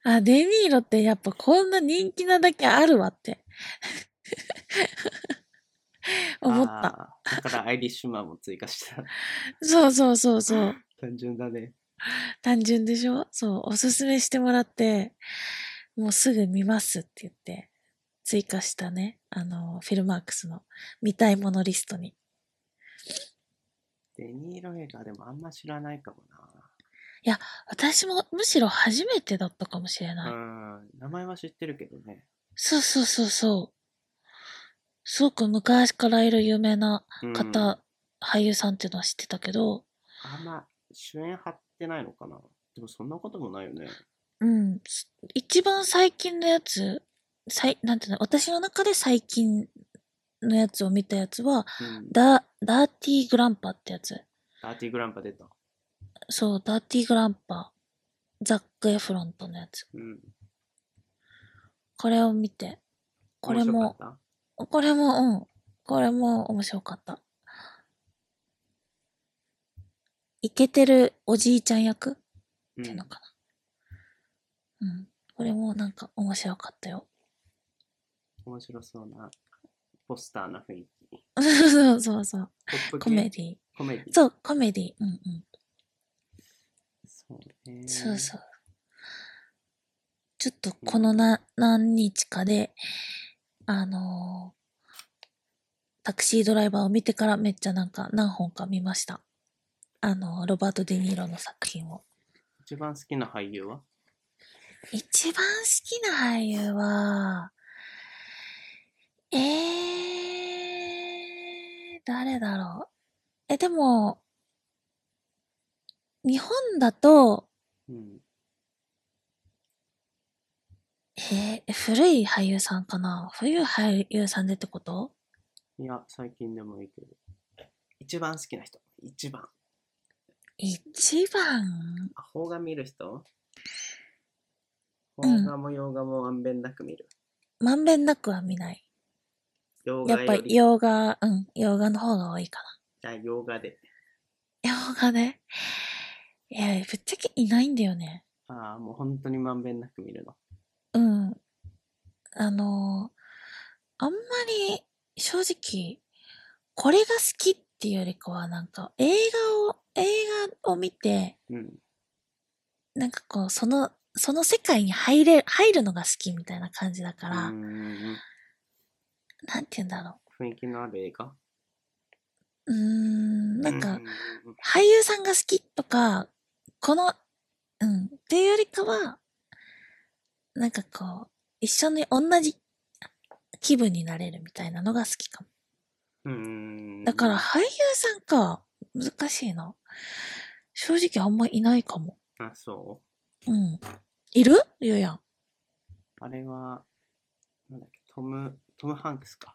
S2: あ、デ・ニーロってやっぱこんな人気なだけあるわって。思った。
S1: あーだからアイリッシュマンも追加した。
S2: そうそうそうそう。
S1: 単純だね。
S2: 単純でしょそう。おすすめしてもらって、もうすぐ見ますって言って、追加したね。あの、フィルマークスの見たいものリストに。
S1: デニーロ映画でもあんま知らないかも
S2: 私もむしろ初めてだったかもしれ
S1: な。
S2: ない。
S1: うん。名前は知ってるけどね。
S2: そうそうそうそう。すごく昔からいる有名な
S1: うん
S2: 方、俳優さんっていうのは知ってたけど、
S1: あんま主演張ってないのかな。でもそんなこともないよね。
S2: うん。す一番最近のやつ、最、なんていうの、私の中で最近のやつを見たやつは、
S1: うん、
S2: ダ、ダーティーグランパってやつ。
S1: ダーティーグランパ出た。
S2: そう、ダーティーグランパ。ザック・エフロントのやつ。
S1: うん。
S2: これを見て。これ
S1: 面
S2: も
S1: 白、かっ
S2: これも、うん。これも面白かった。イケてるおじいちゃん役っ
S1: た。
S2: ていううんの。かな。うん。これもなんか面白かったよ。
S1: 面白そうなポスターな雰囲気。
S2: そうそうそう。
S1: ポップ系
S2: コメディ。
S1: コメディ。
S2: そう、コメディ。うんうん。
S1: そうね。
S2: そうそう。ちょっとこのな、何日かで、あのータクシードライバーを見てからめっちゃなんか何本か見ました。あのーロバート・デ・ニーロの作品を。
S1: 一番好きな俳優は
S2: 一番好きな俳優は、えー、誰だろう。え、でも、日本だと、
S1: うん。
S2: えー、古い俳優さんかな古い俳優さんでってこと
S1: いや、最近でもいいけど。一番好きな人。一番。
S2: 一番
S1: あ、邦画見る人
S2: うん
S1: 邦画も洋画もまんべんなく見る。
S2: まんべんなくは見ない。
S1: 洋
S2: や
S1: 画
S2: っぱ
S1: よ
S2: り
S1: り。
S2: 洋画、うん、洋画の方が多いか
S1: じゃあ洋画で。
S2: な。洋画ね。いや、ぶっちゃけいないんだよね。
S1: ああ、もう本当にまんべんなく見るの。
S2: うん。あのーあんまり正直、これが好きっていうよりかはなんか映画を、映画を見て、
S1: うん。
S2: なんかこう、その、その世界に入れ、入るのが好きみたいな感じだか
S1: う
S2: ら、
S1: んうんうん
S2: なんて言うんだろ
S1: 雰囲気のある映画
S2: う。うーん、なんか、
S1: うううん
S2: 俳優さんが好きとか、この、うん、っていうよりかは、なんかこう、一緒に同じ気分になれるみたいなのが好きかも。
S1: うんうん
S2: だから俳優さんか、難しいな。正直あんまいないかも。
S1: あ、そう
S2: うん。いるゆうやん。
S1: あれは、なんだっけ、トム、トム・ハンクスか。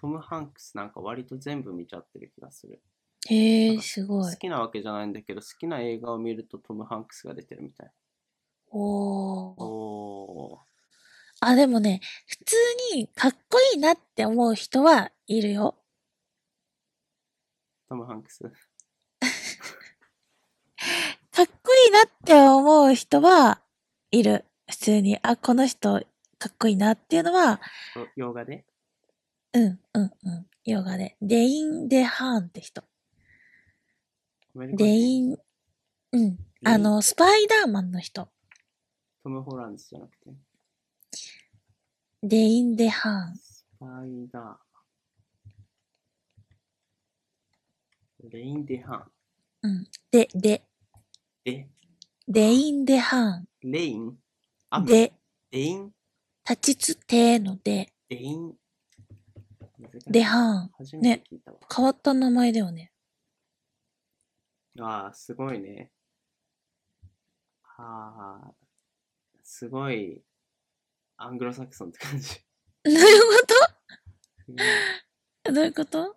S1: トム・ハンクスなんか割と全部見ちゃってる気がする。
S2: へ
S1: なん
S2: え、
S1: か
S2: すごい
S1: 好。きなわけじゃないんだけど、好きな映画を見るとトム・ハンクスが出てるみたい。
S2: おー。
S1: おー。
S2: あ、でもね、普通にかっこいいなって思う人はいるよ。
S1: トム・ハンクス。
S2: かっこいいなって思う人はいる。普通に、あ、この人かっこいいなっていうのは、
S1: お洋画で
S2: うん、うん、うん。ヨガで。デイン・デハーンって人。
S1: アメリカ
S2: デイン、うん。あの、スパイダーマンの人。
S1: トム・ホランズじゃなくて。
S2: デイン・デハーン。
S1: スパイダーマン。レイン・デハン。
S2: うん。で、で、
S1: え、
S2: でインではん。
S1: レイン雨
S2: で、
S1: レイン
S2: 立ちつてので、
S1: レイン
S2: ではん。
S1: 初めて聞いたわ。
S2: 変わった名前だよね。
S1: ああ、すごいね。ああ、すごい、アングロサクソンって感じ。
S2: どういうこ
S1: うん
S2: とどういうこと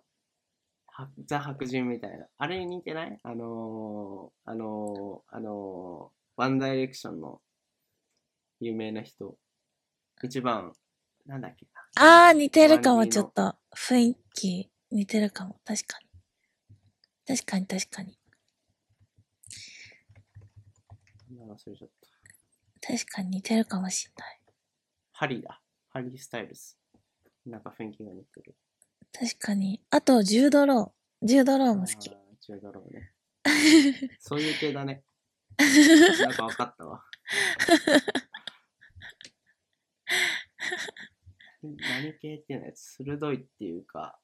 S1: はザ白人みたいな。あれに似てないあのー、あのー、あのー、ワンダイレクションの有名な人。一番、なんだっけな。
S2: あー、似てるかも、
S1: 隣の
S2: ちょっと。雰囲気、似てるかも。確かに。確かに、確かに。
S1: 名前忘れちゃっ
S2: 確かに似てるかもしんない。
S1: ハリーだ。ハリー・スタイルズ。なんか雰囲気が似てる。
S2: 確かに。あと、ジュードロー。ジュードローも好き
S1: あ。ー違うだろう ね。そういう系だね。なんか分かった わ。何系っていうのは鋭いっていうか、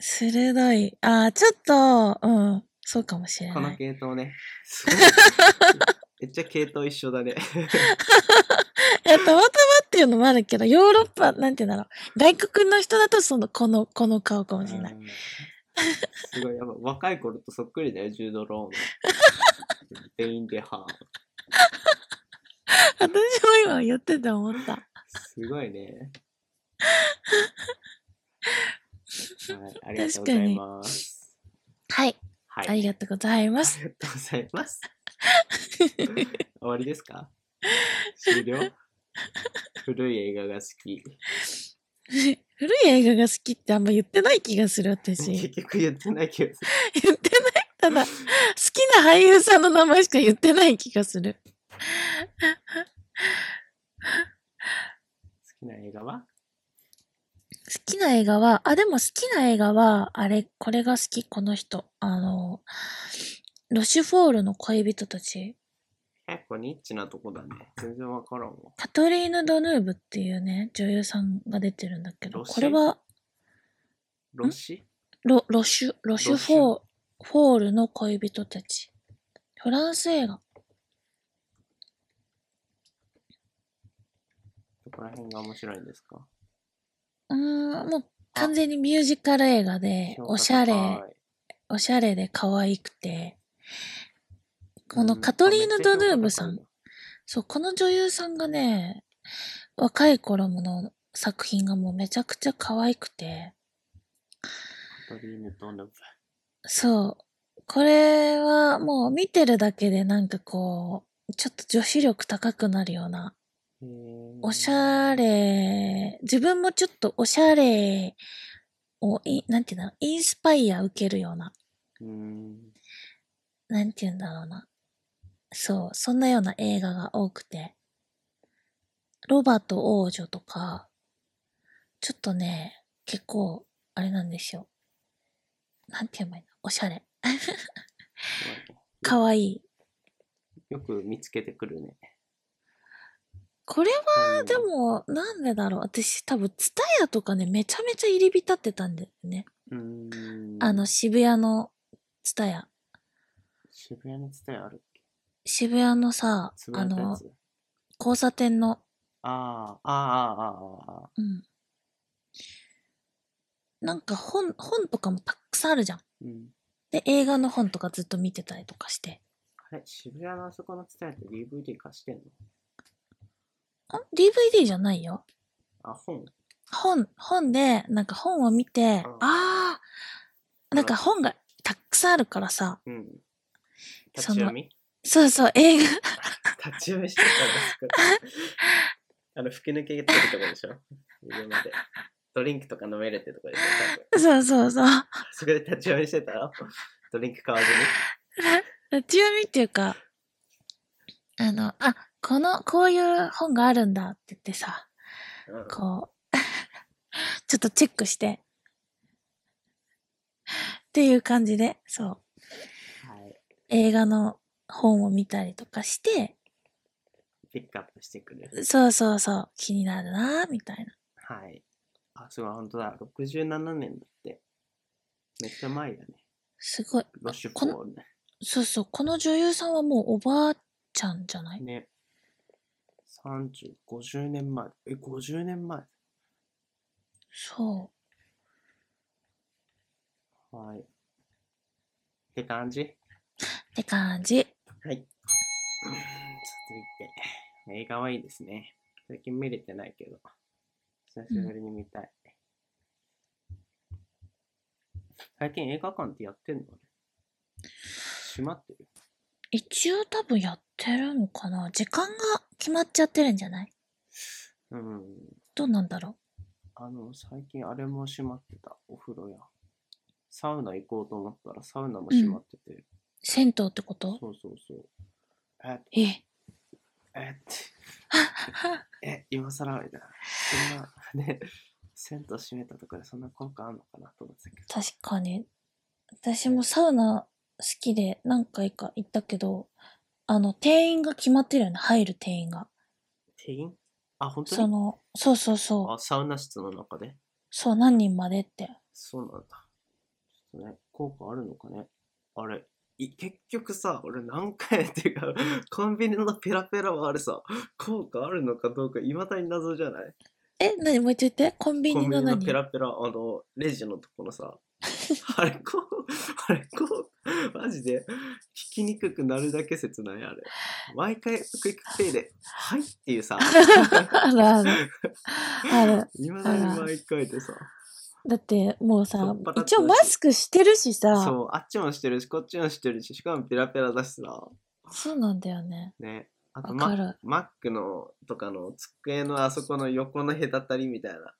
S2: 鋭い。ああ、ちょっと、うん。そうかもしれ
S1: こ
S2: な
S1: の
S2: い。
S1: 系統ね。すごいめっちゃ系統一緒だね。
S2: いや、たまたまっていうのもあるけど、ヨーロッパ、なんて言うんだろう。外国の人だと、その、この、この顔かもしれない。
S1: うんすごい、やっぱ若い頃とそっくりだよ、ジュード・ローの。ベイン・デハーン。
S2: 私も今言ってて思った。
S1: すごいね。はい、ありがとうご
S2: 確か
S1: ざい
S2: に
S1: ます。
S2: はい。
S1: はい、
S2: ありがとうございます。
S1: ありがとうございます。終わりですか終了古い映画が好き。
S2: 古い映画が好きってあんま言ってない気がする、
S1: 結
S2: 私。
S1: 局言ってないけど、
S2: 言ってない。ただ、好きな俳優さんの名前しか言ってない気がする。
S1: 好きな映画は
S2: 好きな映画は、あ、でも好きな映画は、あれ、これが好き、この人。あの、ロシュフォールの恋人たち。
S1: 結構ニッチなとこだね。全然わからんわ。
S2: カトリーヌ・ドヌーブっていうね、女優さんが出てるんだけど、
S1: ロシ
S2: これは、
S1: ロシ
S2: ロ、ロシュ、ロシュ
S1: ロシ
S2: フ
S1: ュ
S2: ォー、フォールの恋人たち。フランス映画。
S1: どこら辺が面白いんですか
S2: うーん、もう完全にミュージカル映画で、おしゃれ、おしゃれで可愛くて、このカトリーヌ・ドヌーブさん、そう、この女優さんがね、若い頃の作品がもうめちゃくちゃ可愛くて、
S1: カトリーヌ・ドヌーブ。
S2: そう、これはもう見てるだけでなんかこう、ちょっと女子力高くなるような、
S1: へー
S2: おしゃれ、自分もちょっとおしゃれをい、なんていうんだろう、インスパイア受けるような、
S1: うーん。
S2: なんていうんだろうな。そう、そんなような映画が多くて。ロバと王女とか、ちょっとね、結構、あれなんですよ。なんて言えばいいのおしゃれ。
S1: すごいね
S2: かわいい。
S1: よく見つけてくるね。
S2: これは、
S1: あの
S2: でも、なんでだろう。私、多分、ツタヤとかね、めちゃめちゃ入り浸ってたんだよね。
S1: うーん。
S2: あの、渋谷のツタヤ。
S1: 渋谷に伝えあるっけ
S2: 渋谷のさ、
S1: つぶ
S2: あ
S1: やいたや
S2: の
S1: つ、
S2: 交差点の、
S1: ああ、ああ、ああ、ああ。
S2: うん。なんか本、本とかもたくさんあるじゃん。
S1: うん。
S2: で、映画の本とかずっと見てたりとかして。
S1: あれ、渋谷のあそこの伝えって DVD 貸してんの
S2: ん ?DVD じゃないよ。
S1: あ、本
S2: 本、本で、なんか本を見て、
S1: うん
S2: あー、なんか本がたくさんあるからさ、
S1: うん。立
S2: そ
S1: ち
S2: の
S1: 読み
S2: そうそう、映画、
S1: 立ち読みしてたんですけど。あの、吹き抜けってるとこでしょ上まで。ドリンクとか飲めるってとこでしょ多分
S2: そうそうそう。
S1: そこで立ち読みしてたら、ドリンク買わずに。
S2: 立ち読みっていうか、あの、あ、この、こういう本があるんだって言ってさ、
S1: うん
S2: こう、 ちょっとチェックして。っていう感じで、そう、
S1: はい。
S2: 映画の本を見たりとかして、
S1: ピックアップしてくれる。
S2: そうそうそう、気になるなーみたいな。
S1: はい。あ、すごい、本当だ。67年だって。めっちゃ前だね。
S2: すごい。
S1: ロッシュフォールね。
S2: そうそう、この女優さんはもうおばあちゃんじゃない
S1: ね。30、50年前。え、50年前
S2: そ
S1: はい。って感じ
S2: う。って感じ。
S1: はい。続いて、映画はいいですね。最近見れてないけど、久しぶりに見たい。最近映画館ってやってんの閉まってる。
S2: 一応多分やってるのかな時間が決まっちゃってるんじゃない
S1: うん。
S2: どうなんだろ
S1: あの、最近あれも閉まってた。お風呂や。サウナ行こうと思ったらサウナも閉まってて。
S2: う銭湯ってこと
S1: そうそうそう。え、
S2: え、
S1: え ってえ今更みたいなそんなね銭湯閉めたとかでそんな効果あんのかなと思ってたけど
S2: 確かに。私もサウナ好きで何回か行ったけど、あの、定員が決まってるよね。入る定員が。
S1: 定員あ本当
S2: そ
S1: に
S2: の、そうそうそう。
S1: あサウナ室の中で
S2: そう、何人までって。
S1: そうなんだちょっとね効果あるのかねあれい結局さ俺何回っていうかコンビニのペラペラはあれさ効果あるのかどうかいまだに謎じゃない
S2: え、何もう一回言って。コンビ
S1: コン
S2: ニ
S1: ビニ
S2: の
S1: の
S2: 何
S1: ペラペラ、あの、レジのところ さ、あれこう、あれこう、マジで、聞きにくくなるだけ切ない、あれ。毎回、クイックペイで、はいっていう さ、
S2: あるあ る。ある。
S1: いまだに毎回でさ、
S2: だって、もうさ
S1: 酔っ払って、るし
S2: 一応マスクしてるしさ。そう
S1: そう、あっちもしてるし、こっちもしてるし、しかもペラペラだしさ、
S2: なんだよね。
S1: ね。あと
S2: わ
S1: マ
S2: か
S1: ッ、
S2: る。
S1: マックの、とかの、机のあそこの横の隔たりみたいな。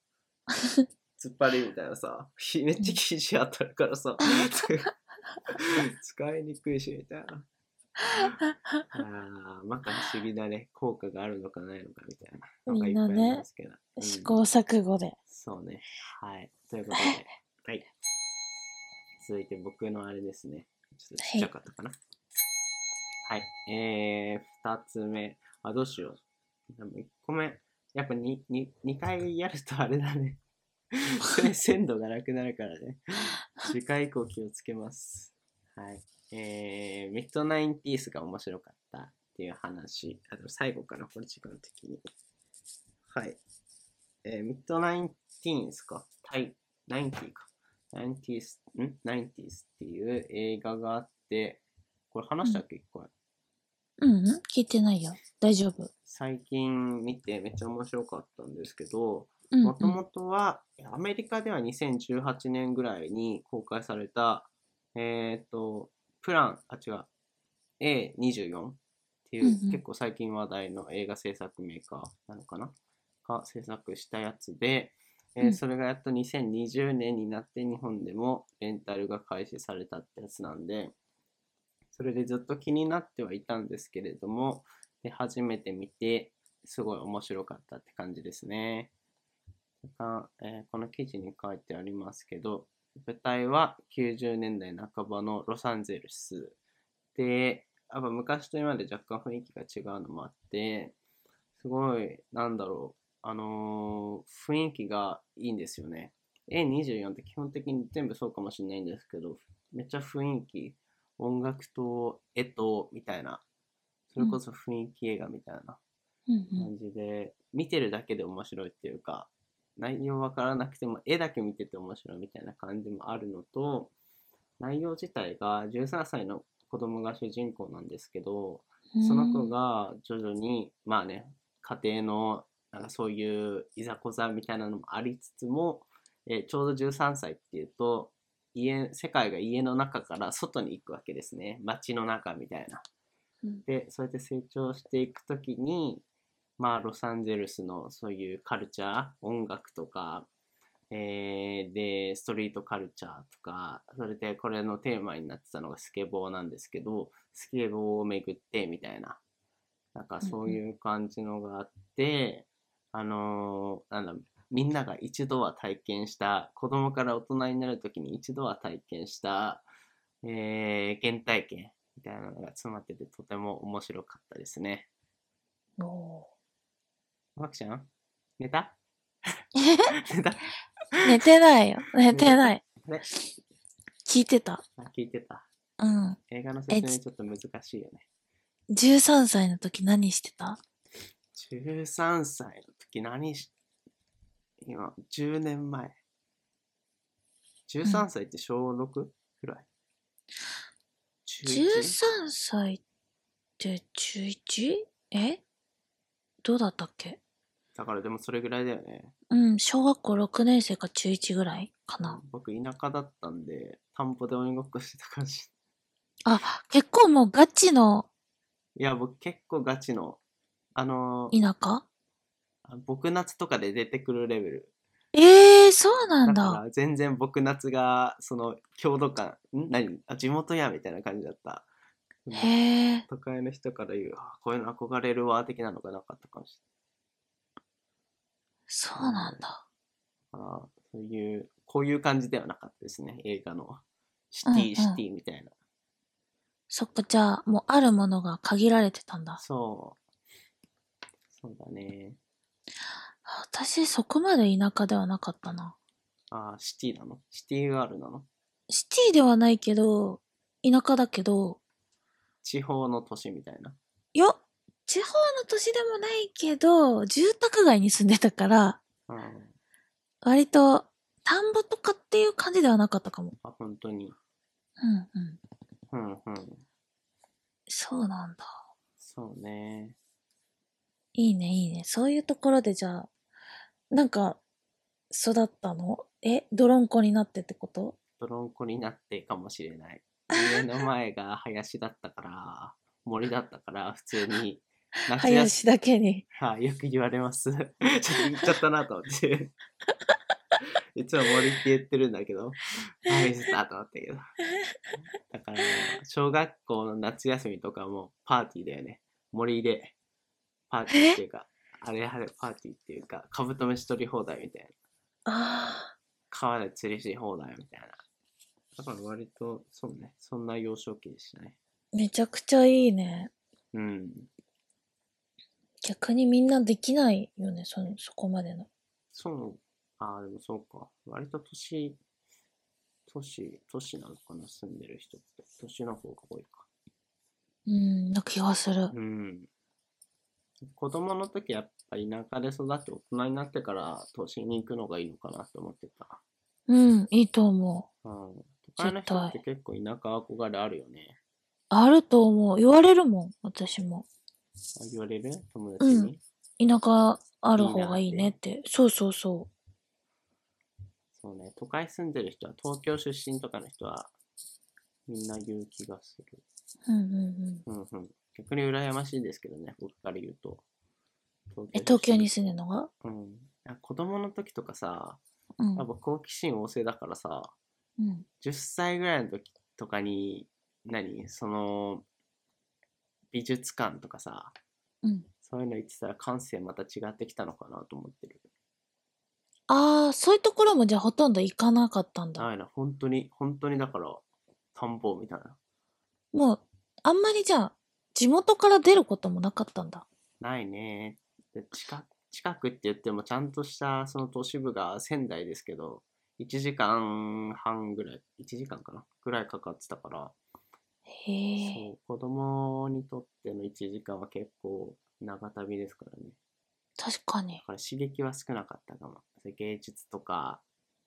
S1: 突っ張りみたいなさ、ひめっちゃ肘当たるからさ、使いにくいしみたいな。ああ、まか不思議だね。効果があるのかないのかみたいな。
S2: みんなね
S1: んかいっぱいありますけど。うん
S2: 試行錯誤で。
S1: そうね。はい。ということで、はい。続いて僕のあれですね。ちょっとちっちゃかったかな。はい。えー、2つ目。あ、どうしよう。でも1個目。やっぱにに2回やるとあれだね。鮮度がなくなるからね。次回以降気をつけます。はい。えー、ミッドナインティースが面白かったっていう話。あと最後かな、この時間的に。はい。えー、ミッドナインティーンスか。タイ、ナインティーか。ナインティース、んナインティースっていう映画があって、これ話したっけ、一個
S2: うん、うん、聞いてないよ。大丈夫。
S1: 最近見てめっちゃ面白かったんですけど、
S2: うん、う
S1: もと
S2: ん。
S1: もとはアメリカでは2018年ぐらいに公開された、えっ、と、プラン、あ、違う、A24 っていう、
S2: うんうん
S1: 結構最近話題の映画制作メーカーなのかなが制作したやつで、えー
S2: うん
S1: それがやっと2020年になって日本でもレンタルが開始されたってやつなんで、それでずっと気になってはいたんですけれども、で初めて見て、すごい面白かったって感じですね。がえーこの記事に書いてありますけど、舞台は90年代半ばのロサンゼルスで、やっぱ昔と今で若干雰囲気が違うのもあって、すごい、なんだろう、あのー雰囲気がいいんですよね。A24 って基本的に全部そうかもしれないんですけど、めっちゃ雰囲気、音楽と絵と、みたいな、それこそ雰囲気映画みたいな。
S2: うんうん
S1: 感じで、見てるだけで面白いっていうか、内容わからなくても絵だけ見てて面白いみたいな感じもあるのと、内容自体が13歳の子供が主人公なんですけど、その子、が徐々に、まあね、家庭のなんかそういういざこざみたいなのもありつつも、えーちょうど13歳っていうと、家、世界が家の中から外に行くわけですね。街の中みたいな。
S2: うん
S1: でそうやって成長していくときにまあロサンゼルスのそういうカルチャー音楽とか、えーでストリートカルチャーとかそれでこれのテーマになってたのがスケボーなんですけどスケボーを巡ってみたいななんかそういう感じのがあって、あのーなんだみんなが一度は体験した子供から大人になるときに一度は体験した、えー原体験みたいなのが詰まっててとても面白かったですね。
S2: うんうんおー
S1: マキちゃん寝た寝たあ
S2: 寝てないよ。寝てない。
S1: れ
S2: 聞いてた。
S1: あ聞いてた。
S2: うん。
S1: 映画の説
S2: え
S1: 明
S2: ち
S1: ちょっと難しいよね。
S2: 13歳の時何してた
S1: 13歳の時何し、今、10年前。13歳って小 6? くらい。11?
S2: ?13 歳って中 1? えどうだったっけ
S1: だからでもそれぐらいだよね。
S2: うん、小学校6年生か中1ぐらいかな。
S1: 僕田舎だったんで、田んぼで鬼ごっこしてた感じ。
S2: あ、結構もうガチの
S1: いや、僕結構ガチの、あのー、
S2: 田舎
S1: 僕夏とかで出てくるレベル。
S2: ええー、そうなん
S1: だか
S2: だ。
S1: ら全然僕夏がその郷土感ん何あ地元やみたいな感じだった
S2: へえ。
S1: 都会の人から言う、あこういうの憧れるわ、的なのがなかったかもし
S2: そうなんだ。
S1: れない。あーそういう、こういう感じではなかったですね、映画の。シティ、
S2: うんうん
S1: シティみたいな。
S2: そっか、じゃあ、もうあるものが限られてたんだ。
S1: そう。そうだね。
S2: 私、そこまで田舎ではなかったな。
S1: ああ、シティなのシティガールなの
S2: シティではないけど、田舎だけど、
S1: 地方の都市みたいな。
S2: いや、地方の都市でもないけど、住宅街に住んでたから、
S1: うん。
S2: 割と、田んぼとかっていう感じではなかったかも。
S1: あ、本当に。
S2: うんうん。
S1: うんうん。
S2: そうなんだ。
S1: そうね。
S2: いいね、いいね。そういうところでじゃあ、なんか、育ったのえ、泥んこになってってこと
S1: 泥んこになってかもしれない。家の前が林だったから、森だったから、普通に夏休
S2: 林だけに。
S1: み、はい、よく言われます。 ちょっと言っちゃったなと思って。 いつも森って言ってるんだけど、林だと思ったけど。だから、小学校の夏休みとかもパーティーだよね。森で、パーティーっていうか、あれあれパーティーっていうか、カブト飯取り放題みたいな。
S2: ああ、
S1: 川で釣りし放題みたいな。だから割と、そうね、そんな幼少期でしたね。
S2: めちゃくちゃいいね。
S1: うん。
S2: 逆にみんなできないよね、そのそこまでの。
S1: そう、ああ、でもそうか。割と年、年、年なのかな、住んでる人って。年の方が多いか。
S2: うん、な気がする。
S1: うん。子供の時やっぱ田舎で育って大人になってから都心に行くのがいいのかなって思ってた。
S2: うん、いいと思う。
S1: うん。都会の人って
S2: 絶
S1: 結構田舎憧れあるよね。
S2: あると思う。言われるもん、私も。
S1: あ言われる友達に、
S2: う田舎ある方がいいねって。そうそうそ
S1: そうね、都会住んでる人は、東京出身とかの人は、みんな言う気がする。
S2: う。うんうんうん。
S1: うんうん。逆に羨ましいですけどね、僕から言うと。東
S2: え、東京に
S1: 出
S2: 住んでるのが
S1: 身うん。あ子供の時とかさ、
S2: うん
S1: やっ。ぱ好奇心旺盛だからさ、
S2: うん。
S1: 10歳ぐらいの時とかに、何その、美術館とかさ、
S2: うん。
S1: そういうの行ってたら感性また違ってきたのかなと思ってる。
S2: ああ、そういうところもじゃあほとんど行かなかったんだ。
S1: ないな、本当に、本当にだから、田んぼみたいな。
S2: もう、あんまりじゃあ、地元から出ることもなかったんだ。
S1: ないね。で近近くって言ってもちゃんとしたその都市部が仙台ですけど、1時間半ぐらい、1時間かなぐらいかかってたから、
S2: へえ。
S1: そう、子供にとっての1時間は結構長旅ですからね。
S2: 確かに
S1: だ。から刺激は少なかったかも。それ芸術とか、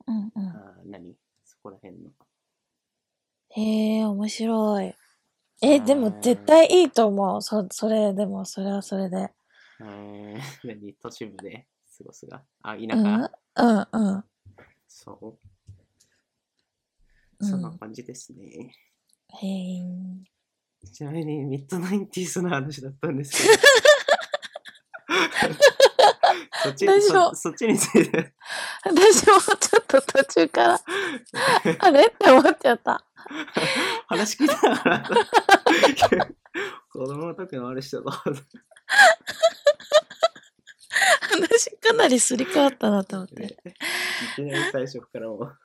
S2: うんう
S1: あ
S2: ん。
S1: ー何そこら辺の。
S2: へえ、面白い。
S1: う
S2: え、
S1: ん
S2: でも絶対いいと思う。そ、それ、でも、それはそれで。
S1: えー、何都市部で過ごすが。あ、田
S2: う
S1: 舎、
S2: ん、うん、うん。
S1: そう。
S2: うん
S1: そんな感じですね。
S2: へえ。
S1: ちなみにミッドナインティースの話だったんです けど。そっち
S2: 大
S1: に
S2: 丈
S1: そ
S2: 夫
S1: そっちについて。
S2: 私もちょっと途 中から、あれって思っちゃった。
S1: 話聞いたらなと。子供の時のあれしてた。
S2: 話かなりすり替わったなと思っ
S1: ね
S2: て。
S1: いきなり最初からもう。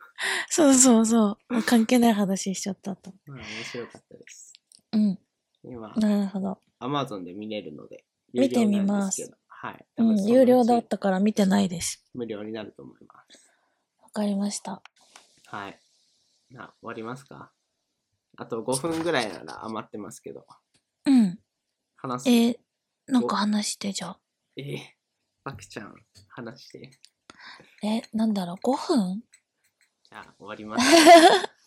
S2: そうそうそう。もう関係ない話しちゃったと。
S1: まあ面白かったです。
S2: うん。
S1: 今、
S2: なるほど。
S1: Amazon で見れるので。
S2: 見てみ
S1: 有料なん
S2: ます
S1: ですけ
S2: う
S1: どはい。多分
S2: ん、
S1: そのち
S2: 有料だったから見てないです。
S1: 無料になると思います。
S2: わかりました。
S1: はい。な、終わりますかあと5分ぐらいなら余ってますけど。
S2: うん。
S1: 話す
S2: えーなんか話してじゃあ。
S1: えー、パクちゃん、話して。
S2: え、なんだろう、5分
S1: じゃあ、終わります。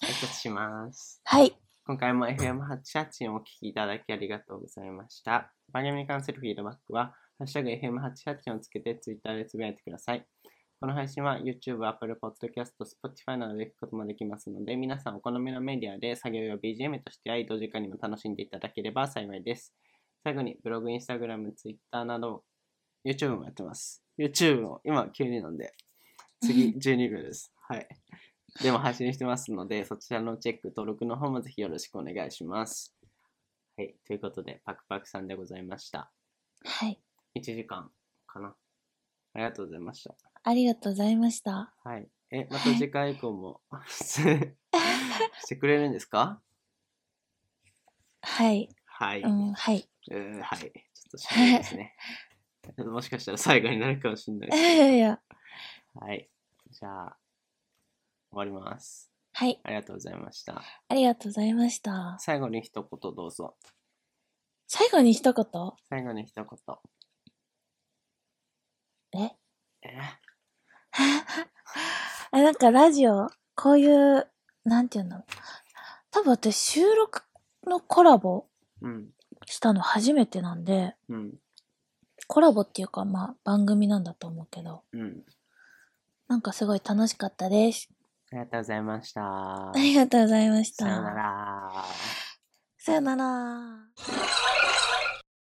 S1: 挨拶します。
S2: はい。
S1: 今回も FM88 をお聞きいただきありがとうございました。番組に関するフィードバックは、ハッシュタグ FM88 をつけて Twitter でつぶやいてください。この配信は YouTube、Apple Podcast、Spotify などで聞くこともできますので、皆さんお好みのメディアで作業用 BGM としてや移動時間にも楽しんでいただければ幸いです。最後にブログ、Instagram、Twitter など、YouTube もやってます。YouTube も今急になんで、次12秒です。はい。でも配信してますので、そちらのチェック、登録の方もぜひよろしくお願いします。はい。ということで、パクパクさんでございました。
S2: はい。
S1: 1時間かな。ありがとうございました。
S2: ありがとうございました。
S1: はい。え、また次回以降もしてくれるんですか
S2: はい。
S1: はい。
S2: う ん、はい。
S1: うーんはい。ちょっと心配ですね。もしかしたら最後になるかもしれない
S2: い
S1: です。
S2: やいや
S1: はい。じゃあ、終わります。
S2: はい。
S1: ありがとうございました。
S2: ありがとうございました。
S1: 最後に一言どうぞ。
S2: 最後に一言
S1: 最後に一言。
S2: え
S1: え
S2: あなんかラジオ、こういう、なんていうの多分私収録のコラボ
S1: うん。
S2: したの初めてなんで、
S1: うん。
S2: コラボっていうかまあ番組なんだと思うけど、
S1: うん。
S2: なんかすごい楽しかったです。
S1: ありがとうございました。
S2: ありがとうございました。
S1: さようなら。
S2: さよなら。